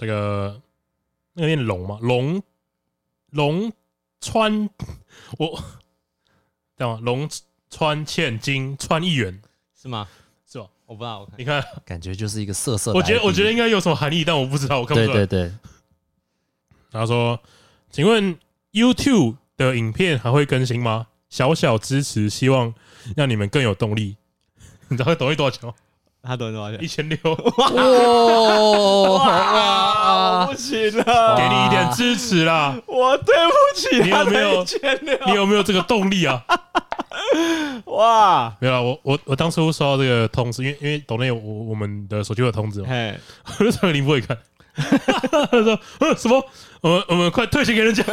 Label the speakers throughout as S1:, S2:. S1: 这个那个念龙嘛，龙龙川，我这样吗龙川欠金川议员，
S2: 是吗？
S1: 是吧？
S2: 我不知道，我看
S1: 你看，
S2: 感觉就是一个色色的
S1: 我
S2: IP。
S1: 觉得我觉得应该有什么含义，但我不知道，我看不
S2: 对
S1: 出来
S2: 对。对，
S1: 他说：“请问 YouTube 的影片还会更新吗？小小支持，希望让你们更有动力。 你知道抖音多少钱吗？
S2: 他多少
S1: 一千
S2: 钱？
S1: 六，
S2: 哇
S3: 哇，不行
S2: 啊
S3: 了，
S1: 给你一点支持啦！
S3: 我对不起，
S1: 你有没有
S3: 他的一千六
S1: 你有没有这个动力啊？
S3: 哇，
S1: 没有啦，我我我当初收到这个通知，因为因为抖内我我们的手机有通知嘛，
S3: 嘿，
S1: 我就传给林博伟看，他说：呃什么？我们我们快退钱给人 家，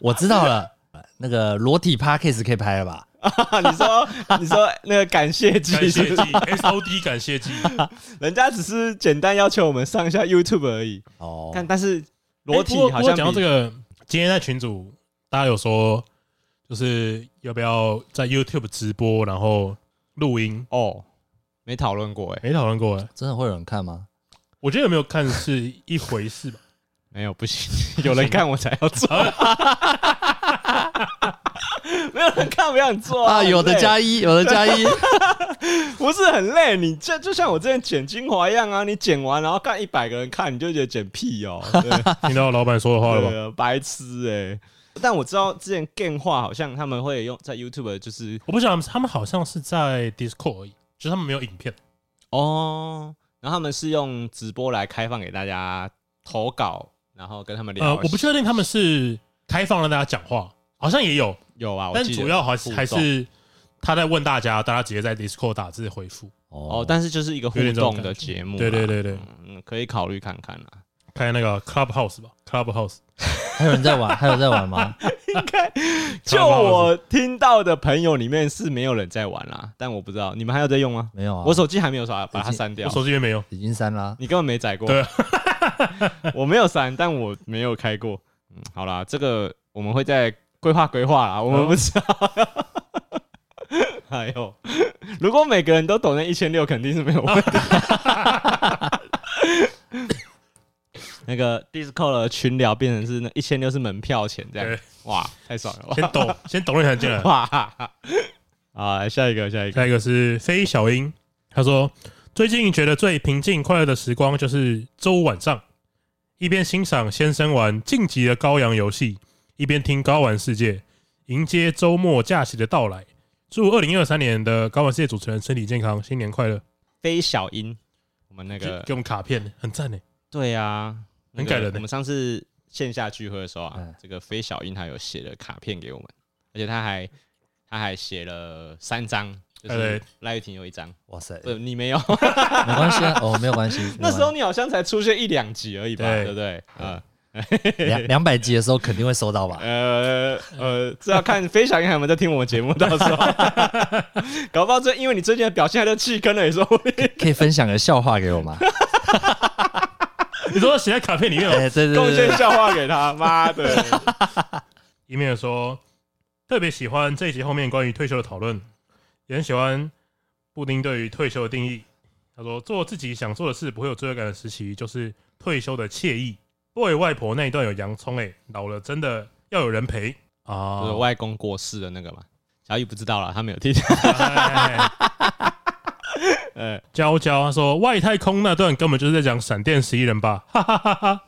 S2: 我知道了，那个裸体 podcast 可以拍了吧？
S3: 你说你说那个感谢祭，
S1: 感谢
S3: 是
S1: 祭
S3: 不是
S1: ，S O D 感谢祭，
S3: 人家只是简单要求我们上一下 YouTube 而已，
S2: 哦，
S3: 但但是裸体
S1: 欸不过
S3: 好
S1: 不过
S3: 像
S1: 讲到这
S3: 个，
S1: 个，今天在群组大家有说，就是要不要在 YouTube 直播，然后录音？
S3: 哦，没讨论过哎，
S1: 没讨论过哎，
S2: 真的会有人看吗？
S1: 我觉得有没有看是一回事 吧。
S3: 没有不行， 有人看我才要 做， 没有人看我想做
S2: 啊，有的
S3: 很累
S2: 加一，有的加 一，
S3: 不是很累，你这就像我之前剪精华一样啊，你剪完然后看一百个人看，你就觉得剪屁 哦、对
S1: 听到老板说的话了吧？
S3: 对啊白痴哎、但我知道之前 game 话好像他们会用在 YouTube 就是
S1: 我不晓得他们好像是在 Discord 而已，就是他们没有影片。
S3: 哦，然后他们是用直播来开放给大家投稿，然后跟他们聊。
S1: 呃，我不确定他们是开放让大家讲话，好像也有，
S3: 有啊，我
S1: 但
S3: 记得
S1: 主要还是
S3: 互动
S1: 还是他在问大家，大家直接在 Discord 打字回复。
S3: 哦，但是就是一个互
S1: 有点这种
S3: 动的
S1: 感觉
S3: 节目啦，
S1: 对对对对
S3: 嗯，可以考虑看看 啦。
S1: 开那个 Clubhouse 吧，Clubhouse
S2: 还有人在玩，还有在玩吗？
S3: 就
S1: 啊
S3: 我听到的朋友里面是没有人在玩啦，但我不知道你们还有在用吗？
S2: 没有啊，
S3: 我手机还没有把把它删掉
S1: 我，手机也没有。
S2: 已经删啦。
S3: 你根本没载过。
S1: 对，啊
S3: 我没有删，但我没有开过。嗯，好啦，这个我们会再规划规划啦，我
S1: 哦
S3: 们不知道。 还有，如果每个人都抖那一千六，肯定是没有问题。 那个 Discord 的群聊变成是那一千六是门票钱这样
S1: 对，
S3: 哇，太爽了
S1: 先抖， 先抖一下进来。
S3: 哇！哇， 啊，下一个，下一个，
S1: 下一个是飞小英，他说最近觉得最平静快乐的时光就是周五晚上，一边欣赏先生玩晋级的羔羊游戏，一边听高玩世界，迎接周末假期的到来。祝二零二三年的高玩世界主持人身体健康，新年快乐！
S3: 飞小鹰，我们那
S1: 给
S3: 个
S1: 给我们卡片，很赞欸呢。
S3: 对啊，那
S1: 很
S3: 个
S1: 感人欸
S3: 我们上次线下聚会的时候啊，
S2: 嗯
S3: 这个飞小英他有写了卡片给我们，而且他还他还写了三张，就是
S1: 哎对
S3: 赖玉婷有一张，
S2: 哇塞，
S3: 不，你没有。
S2: 没关系啊，哦，没有关系。没关
S3: 那时
S2: 系
S3: 候你好像才出现一两集而已吧，
S1: 对
S3: 对不对？啊，
S2: 两两百集的时候肯定会收到吧？
S3: 呃呃，这要看飞小英还有没有在听我们节目，到时候搞不好这因为你最近的表现，他就弃坑了，你说不定
S2: 可以分享个笑话给我 吗？
S1: 你说写在卡片里面哦，
S2: 哎，对对
S3: 贡
S2: 对
S3: 献
S2: 对，
S3: 笑话给他，妈的！
S1: 一面说特别喜欢这一集后面关于退休的讨论，也很喜欢布丁对于退休的定义。他说：“做自己想做的事，不会有罪恶感的时期，就是退休的惬意。我与外婆那一段有洋葱、欸，老了真的要有人陪啊
S3: 就是外公过世的那个嘛，小雨不知道啦，他没有听。
S1: 哎
S3: 呃，
S1: 娇娇他说外太空那段根本就是在讲闪电十一人吧，哈哈哈哈！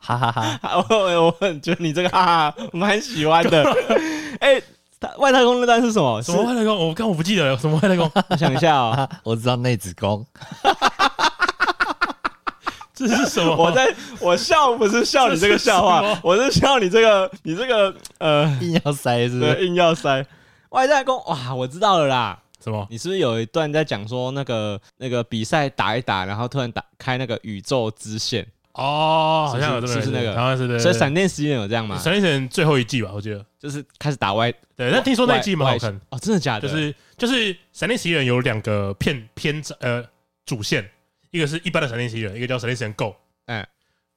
S2: 哈哈哈，
S3: 我我我很觉得你这个哈哈，我蛮喜欢的。哎、他外太空那段是什么？
S1: 什么
S3: 是？
S1: 外太空？我刚我不记得了，什么外 太空？
S3: 我想一下哦，
S2: 我知道内子宫，
S1: 这是什么？
S3: 我在我笑不是笑你这个笑
S1: 这是
S3: 话
S1: 什么，
S3: 我是笑你这个你这个呃，
S2: 硬要塞是不是？
S3: 对，硬要塞外太空哇，我知道了啦，
S1: 什么？
S3: 你是不是有一段在讲说那个那个比赛打一打，然后突然打开那个宇宙支线？
S1: 哦，好像有
S3: 是
S1: 这
S3: 不
S1: 么一回事
S3: 是是不是那个
S1: 好像是对。
S3: 所以闪电十一人有这样吗？
S1: 闪电人最后一季吧，我记得。
S3: 就是开始打歪，
S1: 对，但听说那一季蛮好
S3: 外
S1: 看，
S3: 哦，真的假的？
S1: 就是就是闪电十一人有两个片片呃主线，一个是一般的闪电十一人，一个叫闪电十一人 Go。
S3: 嗯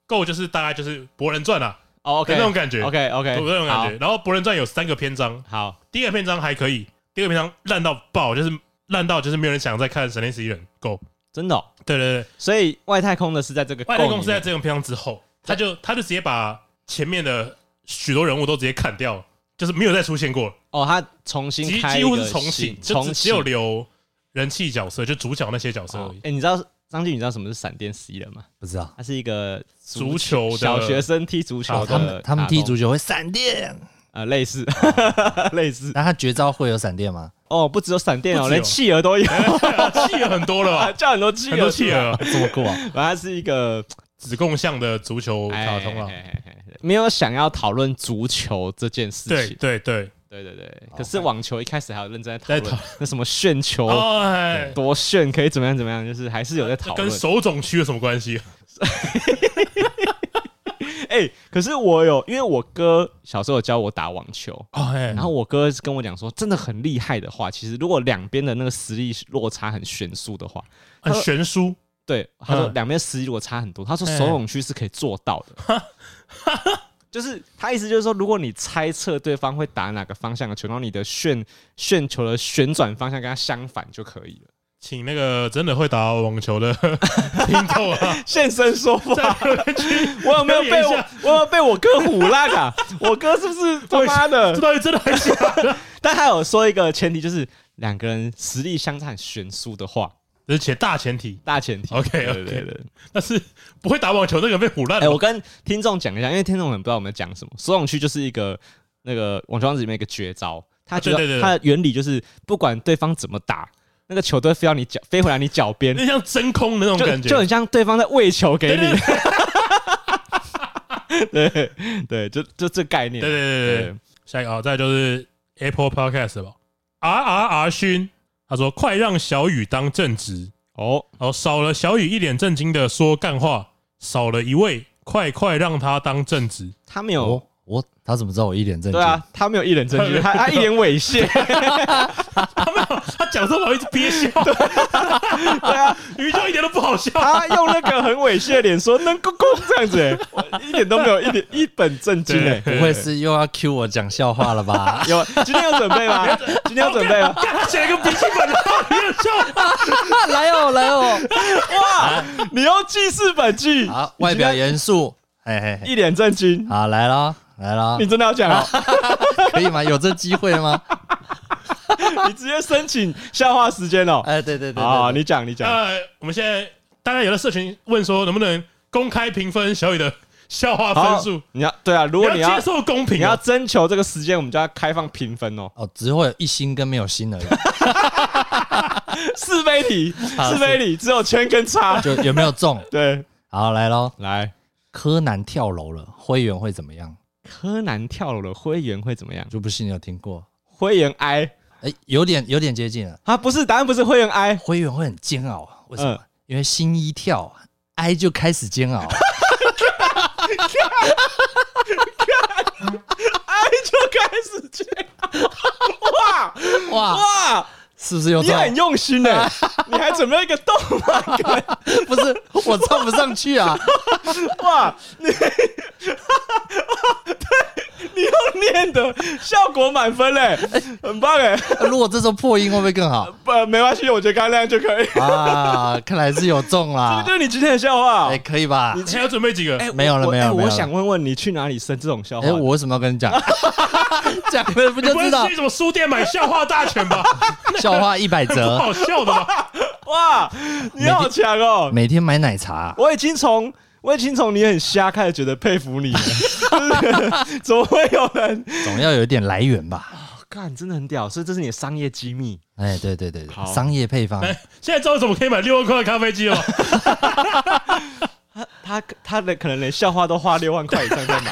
S1: ，Go 就是大概就是博人传啊，
S3: 哦，OK
S1: 有那种感觉
S3: OK OK，
S1: 有那种感觉。然后博人传有三个篇章，
S3: 好。好，
S1: 第一个篇章还可以，第二个篇章烂到爆，就是烂到就是没有人想再看闪电十一人 Go。
S3: 真的哦。
S1: 对对对，
S3: 所以外太空的是在这个
S1: 外太空
S3: 构
S1: 是
S3: 里
S1: 在
S3: 面
S1: 这个篇章之后，他就他就直接把前面的许多人物都直接砍掉了，就是没有再出现过了。
S3: 哦，他重新
S1: 几
S3: 开
S1: 几
S3: 一
S1: 乎
S3: 个
S1: 是重启，
S3: 新
S1: 就
S3: 重
S1: 只
S3: 启
S1: 只有留人气角色，就主角那些角色而
S3: 哦
S1: 已。
S3: 哎，你知道张晋，你知道什么是闪电十一人吗？
S2: 不知道。
S3: 他是一个
S1: 足球的
S3: 小学生踢足球
S1: 好
S3: 的
S2: 哦，他们他们
S3: 卡通
S2: 踢足球会闪电，
S3: 呃类似 类似
S2: 那他绝招会有闪电吗？
S3: 哦，不只有闪电
S1: 不
S3: 哦，
S1: 只有
S3: 连企鹅都有，
S1: 气啊了很多了吧？
S3: 叫很多哦企
S1: 很多
S3: 鹅
S1: 企
S3: 出来，
S1: 鹅，
S2: 这么过啊？
S3: 反正它是一个
S1: 子贡向的足球卡通啊了。
S3: 哎哎哎哎哎没有想要讨论足球这件事
S1: 对
S3: 情，
S1: 对对，
S3: 对对对。可是网球一开始还有认真在讨
S1: 在讨
S3: 论，那什么炫球
S1: 哦，哎
S3: 多炫，可以怎么样怎么样，就是还是有在讨
S1: 跟
S3: 论。
S1: 手冢区有什么关系？
S3: 哎、可是我有，因为我哥小时候有教我打网球，
S1: 哦，哎
S3: 然后我哥是跟我讲说，真的很厉害的话，其实如果两边的那个实力落差很悬殊的话，
S1: 很悬殊，
S3: 对，他说
S1: 嗯
S3: 两边实力如果差很多，他说手泳区是可以做到的。 就是他意思就是说，如果你猜测对方会打哪个方向的球，然后你的旋旋球的旋转方向跟他相反就可以了。
S1: 请那个真的会打网球的 听众啊，
S3: 现身说
S1: 在
S3: 法，
S1: 评论区
S3: 我有没有被
S1: 留言一
S3: 我
S1: 下
S3: 我有没有被我哥唬烂 啊？我哥是不是他妈的
S1: 这？到底真的还是假的？
S3: 但他有说一个前提，就是两个人实力相差很悬殊的话，
S1: 而且大前提，
S3: 大前提。
S1: OK，OK
S3: 对对对。
S1: 但是不会打网球那个被唬烂
S3: 哎，
S1: 了
S3: 我。跟听众讲一下，因为听众可能不知道我们在讲什么。手泳区就是一个那个网球王子里面一个绝招，它觉
S1: 啊对对对
S3: 得它的原理就是不管对方怎么打，那个球都会飞到你脚，飞回来你脚边，
S1: 那像真空的那种
S3: 就
S1: 感觉，
S3: 就很像对方在喂球给
S1: 对
S3: 你。 对对，就就这概念。
S1: 对对对对对，下一个啊，再来就是 Apple Podcast 吧。R R R 勋他说：“快让小雨当正直
S3: 哦，
S1: 哦，少了小雨一脸正经的说干话，少了一位，快快让他当正直。
S3: 他没有
S2: 我。我他怎么知道我一脸正经？
S3: 对啊，他没有一脸正 经，他他一脸猥亵，
S1: 他讲这么一直憋 笑，
S3: 对啊，
S1: 明明就一点都不好笑。
S3: 他用那个很猥亵的脸说“能公公”这样子、欸，我一点都没有一点一本正经哎、？
S2: 不会是又要 Q 我讲笑话了吧
S3: 有今天有准备 吗？今天有准备吗？
S1: 干他写了一个笔记本，然后你有笑话。
S2: 来哦来哦，
S3: 哇，你用记事本记，
S2: 好，外表严肃，嘿嘿嘿，
S3: 一脸正经，
S2: 好来咯来咯
S3: 你，真的要讲哦？
S2: 可以吗？有这机会吗？
S3: 你直接申请笑话时间哦。
S2: 哎，对对对对，
S3: 啊，
S2: 对
S3: 你讲，你讲，
S1: 呃，我们现在大家有的社群问说，能不能公开评分小雨的笑话分数
S3: 好？你要对啊，如果你
S1: 你要
S3: 要
S1: 接受公
S3: 你
S1: 平
S3: 要
S1: 啊！
S3: 征求这个时间，我们就要开放评分哦。
S2: 哦，只会有一星跟没有星而已，
S3: 是非题，
S2: 好
S3: 是非题，只有圈跟叉。
S2: 就有没有 中？
S3: 对，
S2: 好，来咯，
S3: 来，
S2: 柯南跳楼了，灰原会怎么样？
S3: 柯南跳楼了，灰原会怎么样？
S2: 就不信你有听过？
S3: 灰原哀
S2: 哎，有点有点接近了。
S3: 啊，不是，答案不是灰原哀，
S2: 灰原会很煎熬啊，为什么？
S3: 嗯
S2: 因为心一跳，哀就开始煎熬。啊
S3: 哀就开始接。哇
S2: 哇，
S3: 哇！
S2: 是不是有
S3: 你
S2: 种？
S3: 很用心 呢、你还准备一个动漫梗，
S2: 不是我唱不上去啊，
S3: 哇！你， 对，你又念的效果满分嘞、很棒哎、
S2: 如果这时候破音会不会更 好
S3: 不，没关系，我觉得刚刚那样就可以。
S2: 啊？看来是有中啦
S3: 这， 就是你今天的笑话
S2: 哎、
S3: 哦。
S2: 可以吧？
S1: 你还要准备几个？
S3: 哎我
S2: 没有了
S3: 我
S2: 没有了
S3: 哎
S2: 没有
S3: 我
S2: 了
S3: 想问问你去哪里生这种笑话？
S2: 哎、我为什么要跟 你讲？ 讲了不
S1: 你
S2: 就
S1: 不会
S2: 知道
S1: 去什么书店买笑话大全吧？
S2: 笑话一百
S1: 不
S2: 折，
S1: 好笑的吧？
S3: 哇，你好强哦！
S2: 每天买奶茶，啊
S3: 我已经从我已经从你很瞎开始觉得佩服你了， 就是怎么会有人？
S2: 总要有一点来源吧？
S3: 干，真的很屌，所以这是你的商业机密。
S2: 哎、对对对对，
S3: 好哎
S2: 商业配
S1: 啊
S2: 方，
S1: 哎现在知道为什么可以买六万块的咖啡 机了吧？
S3: 他他的可能连校花都 花六万块以上在买。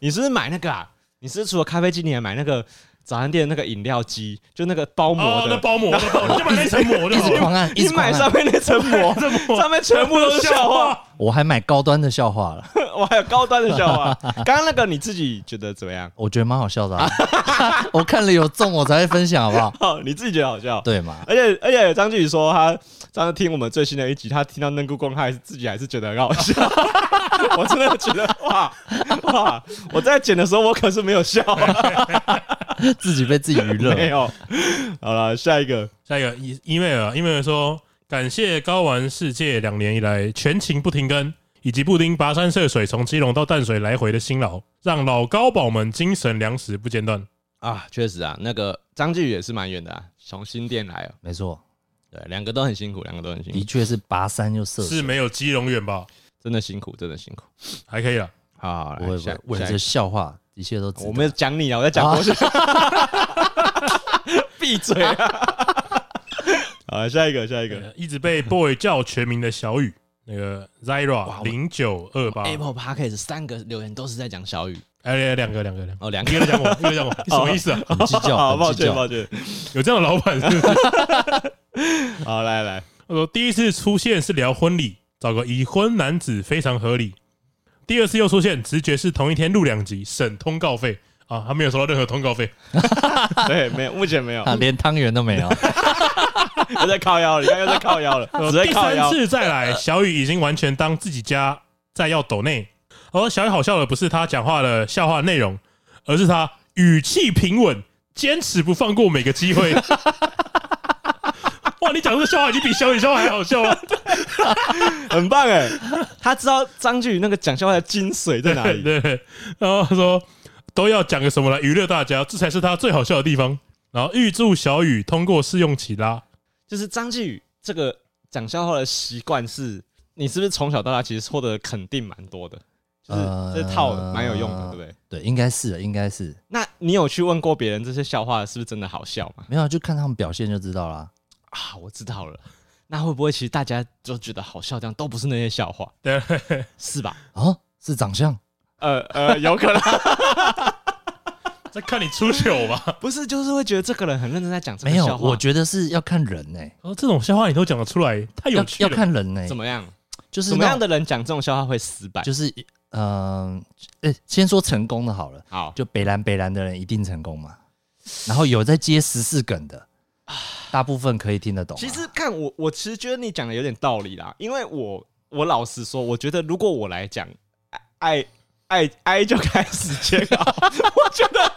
S3: 你是不是买那个啊？你是不是除了咖啡机，你还买那个早餐店那个饮料机，就那个包膜
S1: 哦，那
S3: 的，
S1: 包膜，那包膜，就买那层膜就
S2: 一
S1: 好
S2: 直
S1: 了。
S2: 狂按，一
S3: 你
S2: 直狂
S3: 买
S2: 按
S3: 上。面那层 膜，
S1: 这啊膜
S3: 上面全部都是笑话。，
S2: 我还买高端的笑话了，
S3: 我还有高端的笑话。刚刚那个你自己觉得怎么样？
S2: 我觉得蛮好笑的啊、 我看了有中，我才会分享，好不好？
S3: 哦，你自己觉得好笑。
S2: 对嘛？
S3: 而且而且张俊宇说他上次听我们最新的一集，他听到嫩姑公，他还是自己还是觉得很好笑。 我真的觉得哇哇！我在剪的时候，我可是没有笑、啊
S2: 自己被自己娱乐。
S3: 没有。好了，下一个
S1: 下一个 e email 啊，email 说感谢高玩世界两年以来全勤不停更，以及布丁跋山涉水从基隆到淡水来回的辛劳，让老高宝们精神粮食不间断。
S3: 啊，确实啊，那个张俊宇也是蛮远的啊，从新店来哦。
S2: 没错，
S3: 对，两个都很辛苦，两个都很辛
S2: 的
S3: 苦，
S2: 确是跋山又涉
S1: 是
S2: 水。
S1: 没有基隆远吧？
S3: 真的辛苦，真的辛苦。
S1: 还可以啊啦，
S3: 好，好
S2: 不会
S3: 来
S2: 不
S3: 下
S2: 会，我
S3: 下一个
S2: 这笑话一切都值得
S3: 我没有讲你啊，我在讲 国学。闭嘴啊！ 好，下一个，下一个
S1: 呃一直 被 boy 叫全名的小雨，那个 Zira
S3: 我
S1: 零九二八，
S3: Apple Podcast 三个留言都是在讲小雨
S1: 哎，两个两个两 个，
S3: 哦，两
S1: 一
S3: 个。
S1: 个讲我，一个 讲我，什么意思啊？
S2: 很计较，
S3: 好，
S2: 很
S3: 抱
S2: 计
S3: 歉，
S2: 较
S3: 抱歉。
S1: 有这样的老板是不是？
S3: 好，来来，
S1: 他说第一次出现是聊婚礼，找个已婚男子非常合理。第二次又出现，直觉是同一天录两集，省通告费啊，他没有收到任何通告费。
S3: 对，没有，目前没有，
S2: 啊，连汤圆都没有。
S3: 又在靠腰了，你看又在靠 腰了，
S1: 呃
S3: 只在
S1: 第
S3: 靠
S1: 三
S3: 腰。
S1: 次再来，小雨已经完全当自己家，再要抖内。而小雨好笑的不是他讲话的笑话内容，而是他语气平稳，坚持不放过每个机 会。哇，你讲这个笑话已经比小雨笑话还好笑了。
S3: 很棒哎，他知道张俊宇那个讲笑话的精髓在哪 里。
S1: 对，然后他说都要讲个什么来娱乐大家，这才是他最好笑的地方。然后预祝小雨通过试用期啦。
S3: 就是张继宇这个讲笑话的习惯是，你是不是从小到大其实获得肯定蛮多的，就是
S2: 呃
S3: 这套蛮有用的，对不对？
S2: 对，应该是，应该是，
S3: 那你有去问过别人这些笑话是不是真的好笑吗？
S2: 没有就看他们表现就知道啦。
S3: 啊，我知道了。那会不会其实大家都觉得好笑，这样都不是那些笑话，
S1: 对，
S3: 是吧？
S2: 啊，是长相，
S3: 呃呃，有可能
S1: 再看你出糗吧。
S3: 不是，就是会觉得这个人很认真在讲这个
S2: 没有
S3: 笑，话，
S2: 我觉得是要看人 呢、欸
S1: 哦，这种笑话你都讲得出来，太有
S2: 要
S1: 趣
S2: 要
S1: 了。
S2: 看人呢、
S3: 怎么样？
S2: 就是
S3: 什么样
S2: 的，
S3: 的人讲这种笑话会失败？
S2: 就是嗯，呃、先说成功的好了，
S3: 好，
S2: 就北蓝北蓝的人一定成功嘛，然后有在接十四梗的，大部分可以听得懂啊、
S3: 其实看我，我其实觉得你讲的有点道理啦，因为我我老实说，我觉得如果我来讲，爱爱爱就开始煎熬， 我觉得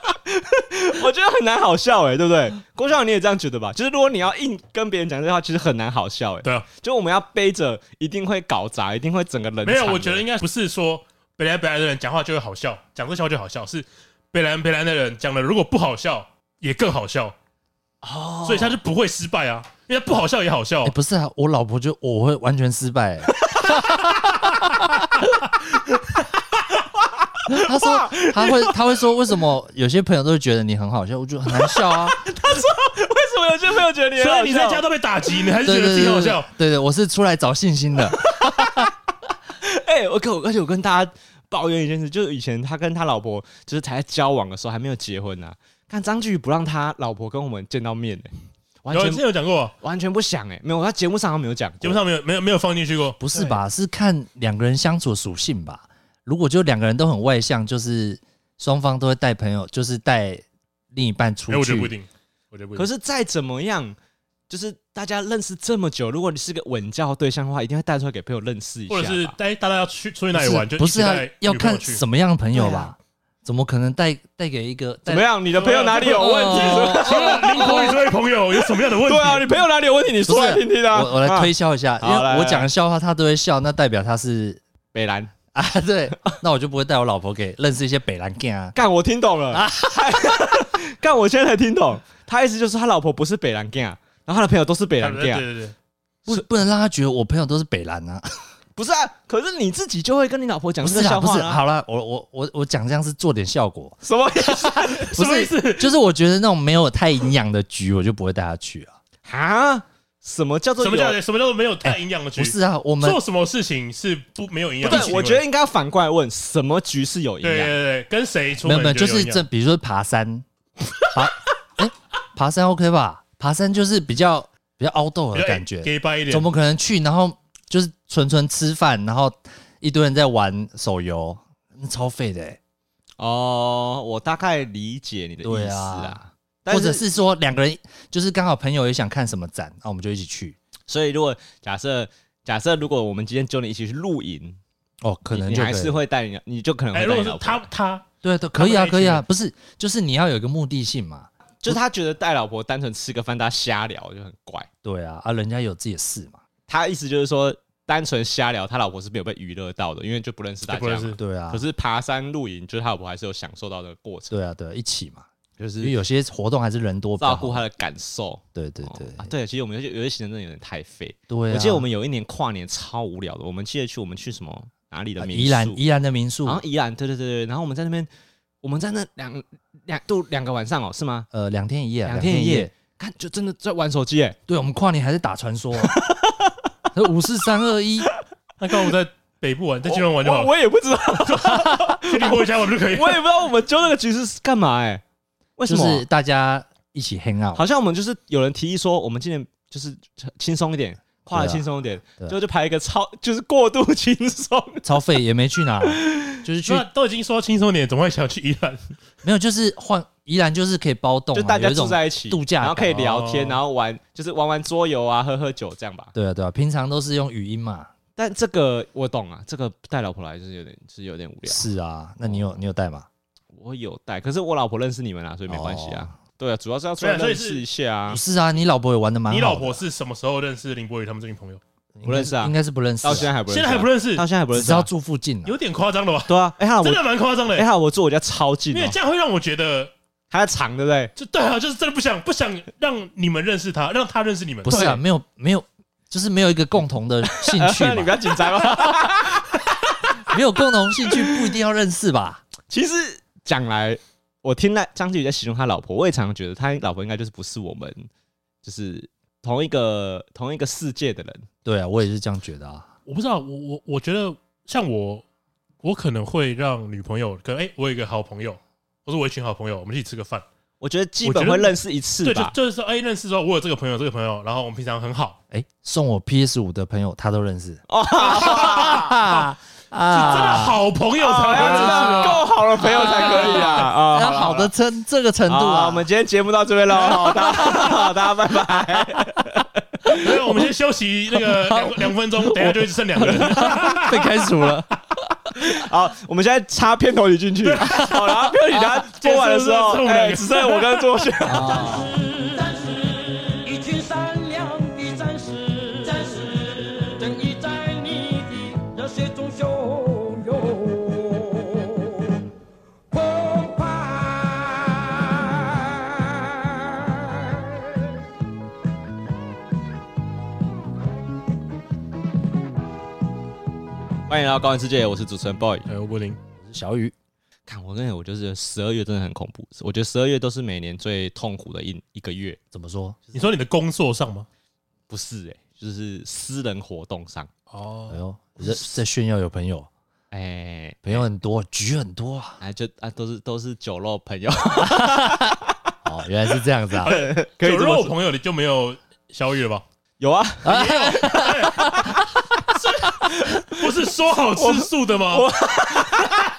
S3: 我觉得很难好笑哎、对不对？郭校长你也这样觉得吧？就是如果你要硬跟别人讲这话，其实很难好笑哎、
S1: 对啊，
S3: 就我们要背着一定会搞砸，一定会整个人
S1: 没有，
S3: 场
S1: 我觉得应该不是说北兰北兰的人讲话就会好笑，讲这笑话就好笑，是北兰北兰的人讲的如果不好笑也更好笑，
S3: 哦，
S1: 所以他就不会失败啊，因为他不好笑也好笑
S2: 哎、。不是啊，我老婆就我会完全失败、欸。 他说他会他会说为什么有些朋友都会觉得你很好笑，我就很难笑啊。
S3: 为什么有些朋友觉得你很
S1: 所
S3: 好笑
S1: 以你在家都被打击， 你还是觉
S2: 对
S1: 得
S2: 对
S1: 自己
S2: 对
S1: 好
S2: 对
S1: 笑
S2: 对？，对我是出来找信心的。
S3: 哎、我跟我而且我跟大家抱怨一件事，就是以前他跟他老婆就是才在交往的时候还没有结婚呢、啊，看张继宇不让他老婆跟我们见到面、欸，完
S1: 有之前
S3: 全
S1: 有讲过，
S3: 完全不想哎、没有，他节目上他没有讲过，
S1: 节目上没有没有没有放进去过。
S2: 不是吧？是看两个人相处属性吧。如果就两个人都很外向，就是双方都会带朋友，就是带另一半出
S1: 哎，我觉得不一
S2: 去。
S1: 定，我觉得不一定。
S3: 可是再怎么样。就是大家认识这么久，如果你是个稳交对象的话，一定会带出来给朋友认识一下
S1: 或
S3: 吧。
S1: 者是带大家要去出去哪里玩，就
S2: 不是
S1: 一起
S2: 啊
S1: 带女朋友？
S2: 要看
S1: 去
S2: 什么样的朋友
S3: 对
S2: 吧
S3: 啊？
S2: 怎么可能带带给一个
S3: 怎么？样？你的朋友哪里有问 题？
S2: 哦
S1: 请问林国宇这位朋友有什么样的问题？
S3: 对啊，你朋友哪里有问题？你说来
S2: 不是
S3: 听听啊！
S2: 我我来
S3: 啊
S2: 推销一下，因
S3: 好来
S2: 为我
S3: 来
S2: 讲的笑话他都会笑，那代表他是
S3: 北兰，
S2: 啊，对，那我就不会带我老婆给认识一些北兰 gay 啊。
S3: 干，我听懂了， 干，我现在才听懂。他意思就是他老婆不是北兰 gay 啊，然后他的朋友都是 北
S1: 对
S3: 兰
S1: 对
S3: gay
S1: 对
S3: 啊，
S1: 对，
S2: 不不能让他觉得我朋友都是北兰 啊，
S3: 不是啊？可是你自己就会跟你老婆讲
S2: 不
S3: 这
S2: 是
S3: 个
S2: 啦，
S3: 笑
S2: 不
S3: 话
S2: 是，
S3: 啊？
S2: 好了，我我我我讲这样是做点效果，
S3: 什么意 思
S2: 不
S1: 什么意
S2: 是，
S1: 思？
S2: 就是我觉得那种没有太营养的局，我就不会带他去啊。
S3: 啊？什么叫做
S1: 什么叫
S3: 有
S1: 什么叫做没有太营养的局
S2: 不？是啊，我们
S1: 做什么事情是不没有营
S3: 不
S1: 养的行
S3: 对？
S1: 为？
S3: 我觉得应该要反过来问，什么局是有营啊
S1: 对对
S3: 养？
S1: 对，对跟谁出
S2: 没有
S1: 门
S2: 没有，就
S1: 觉得有
S2: 是
S1: 营养
S2: 这，比如说爬山， 爬，哎、爬山 OK 吧？爬山就是比较比较凹豆
S1: 比
S2: 的
S1: 较
S2: 感觉，
S1: gay 掰一点，
S2: 怎么可能去？然后就是纯纯吃饭，然后一堆人在玩手游，那超废的、欸。
S3: 哦，我大概理解你的意
S2: 对
S3: 思
S2: 啊
S3: 啊。，但
S2: 或者是说两个人就是刚好朋友也想看什么展，那、我们就一起去。
S3: 所以如果假设假设如果我们今天揪你一起去露营，
S2: 哦，可能
S3: 你
S2: 就
S3: 你
S2: 可
S3: 还
S2: 以
S3: 是会带你，你就可能
S1: 哎，
S3: 会
S1: 如
S3: 带
S1: 果
S3: 你
S1: 是
S3: 老
S1: 他
S3: 婆。
S1: 他
S2: 对对，可以啊，
S1: 他们在一起
S2: 可以啊，不是，就是你要有一个目的性嘛。
S3: 就是他觉得带老婆单纯吃个饭，大家瞎聊就很怪。
S2: 对啊，啊，人家有自己的事嘛。
S3: 他意思就是说，单纯瞎聊，他老婆是没有被娱乐到的，因为就不认识大
S1: 就
S3: 家
S1: 不认识
S3: 嘛。
S2: 对啊，
S3: 可是爬山露营，就是他老婆还是有享受到这个过程，
S2: 对啊，对啊，一起嘛，
S3: 就
S2: 因为
S3: 是
S2: 有些活动还是人多比较
S3: 照
S2: 好
S3: 顾他。的感受。
S2: 对对对
S3: 哦啊，对，其实我们有些有些行程真的有点太废。
S2: 对啊，
S3: 我记得我们有一年跨年超无聊的，我们记得去我们去什么哪里的
S2: 啊
S3: 民宿？
S2: 宜兰宜兰的民宿
S3: 好，像宜兰，对对对对。然后我们在那边，我们在那两两度两个晚上哦，是吗？
S2: 呃，两天一夜啊，
S3: 两
S2: 两
S3: 天
S2: 天
S3: 一
S2: 一
S3: 夜。，看就真的在玩手机哎。
S2: 对，我们跨年还是打传 说啊，五四三二一，
S1: 那刚好在北部玩，在金门玩就好
S3: 我
S1: 了，
S3: 我也不知道，
S1: 去宁波一家玩就可以。
S3: 我也不知道我们揪那个局是干嘛哎？为什
S2: 就
S3: 么
S2: 是
S3: 啊？
S2: 大家一起 hang out。
S3: 好像我们就是有人提议说，我们今年就是轻松一点，跨的
S2: 对啊
S3: 轻松一点，
S2: 对啊
S3: 最后就排一个超 就是过度轻松。
S2: 超费也没去 哪，就是去
S1: 那都已经说轻松点，怎么会想去宜兰？
S2: 没有，就是换宜兰就是可以包栋、啊，
S3: 就大家
S2: 有一
S3: 住
S2: 种
S3: 在一起
S2: 度假
S3: 然后可以
S2: 感
S3: 聊天，
S1: 哦
S3: 然后玩就是玩玩桌游啊，喝喝酒这样吧。
S2: 对啊对啊，平常都是用语音嘛，
S3: 但这个我懂啊，这个带老婆来就是有点是有点无聊。
S2: 是啊，那你有
S3: 哦
S2: 你有带吗？
S3: 我有带，可是我老婆认识你们啦，所以没关系啊。对啊，主要是要出
S1: 对啊
S3: 来
S1: 所以
S3: 认
S1: 是
S3: 识一下啊
S2: 不。是啊，你老婆也玩的蛮好
S1: 你
S2: 的，
S1: 老婆是什么时候认识林博宇他们这群朋友？
S2: 应该
S3: 不认识啊
S2: 应该是不认识啊、
S3: 到现在还不认
S1: 现
S3: 识啊，
S1: 在还不认识
S3: 到，现在还不认
S2: 只
S3: 识
S2: 知
S3: 啊。
S2: 道住附近啊
S1: 有。点夸张了吧？
S3: 对啊，哎，他老
S1: 真
S3: 婆
S1: 的，蛮夸张的欸
S3: 哎，，他老婆住我家超近
S1: 因为
S3: 哦，
S1: 这样会让我觉得，
S3: 他在长对不对？
S1: 就对啊，就是真的不想不想让你们认识他，让他认识你们。
S2: 不是啊，
S1: 对，
S2: 没有没有，就是没有一个共同的兴趣
S3: 你不
S2: 嘛，
S3: 要紧张啊。
S2: 没有共同兴趣不一定要认识吧？
S3: 其实讲来，我听那张继宇在形容他老婆，我也常常觉得他老婆应该就是不是我们，就是同一个同一个世界的人。
S2: 对啊，我也是这样觉得啊。
S1: 我不知道，我我我觉得像我，我可能会让女朋友跟哎、我有一个好朋友，或者我有一群好朋友，我们一起吃个饭。
S3: 我觉得基
S1: 我
S3: 本
S1: 觉得
S3: 会认识一次
S1: 对，就
S3: 吧。
S1: 就是说，哎、认识说我有这个朋友，这个朋友，然后我们平常很好，
S2: 哎、送我 PS 五的朋友他都认识
S3: 哦，
S2: 啊
S1: 是
S2: 啊
S1: 真的好朋友
S3: 哦
S1: 才会
S3: 要
S1: 认
S3: 知
S1: 识
S3: 道
S1: 哦。
S3: 够好的朋友才可以啊！啊，
S2: 要好的程这个程度
S3: 好
S2: 啊，
S3: 我们今天节目到这边喽，好，大家 好大家拜拜。
S1: 没有我们先休息那个两两分钟，等一下就剩两个 人。
S2: 被开除了。
S3: 好，我们现在插片头语 进去，好，然后片头语等下播完的时
S1: 结束
S3: 候，
S1: 之后
S3: 哎，只剩我跟周 轩。
S4: 战士，一群善良的战士，战士，正义在你的热血中汹涌澎湃。
S3: 欢迎来到高玩世界，我是主持人 boy。
S1: 哎，吴柏林，
S2: 小雨，
S3: 看我跟你，我就是十二月真的很恐怖，我觉得十二月都是每年最痛苦的一一个月，
S2: 怎么说？
S1: 你说你的工作上吗？
S3: 不是哎、就是私人活动上，
S2: 哎
S1: 哦，
S2: 呦，你在在炫耀有朋友，
S3: 哎、
S2: 朋友很多，局很多啊。
S3: 哎就啊都是都是酒肉朋友，
S2: 哦，原来是这样 子啊。
S3: 哎可以
S1: 酒
S3: 这么
S1: 肉
S3: 说
S1: 朋友你就没有小雨了吧？
S3: 有啊，
S1: 不是说好吃素的吗？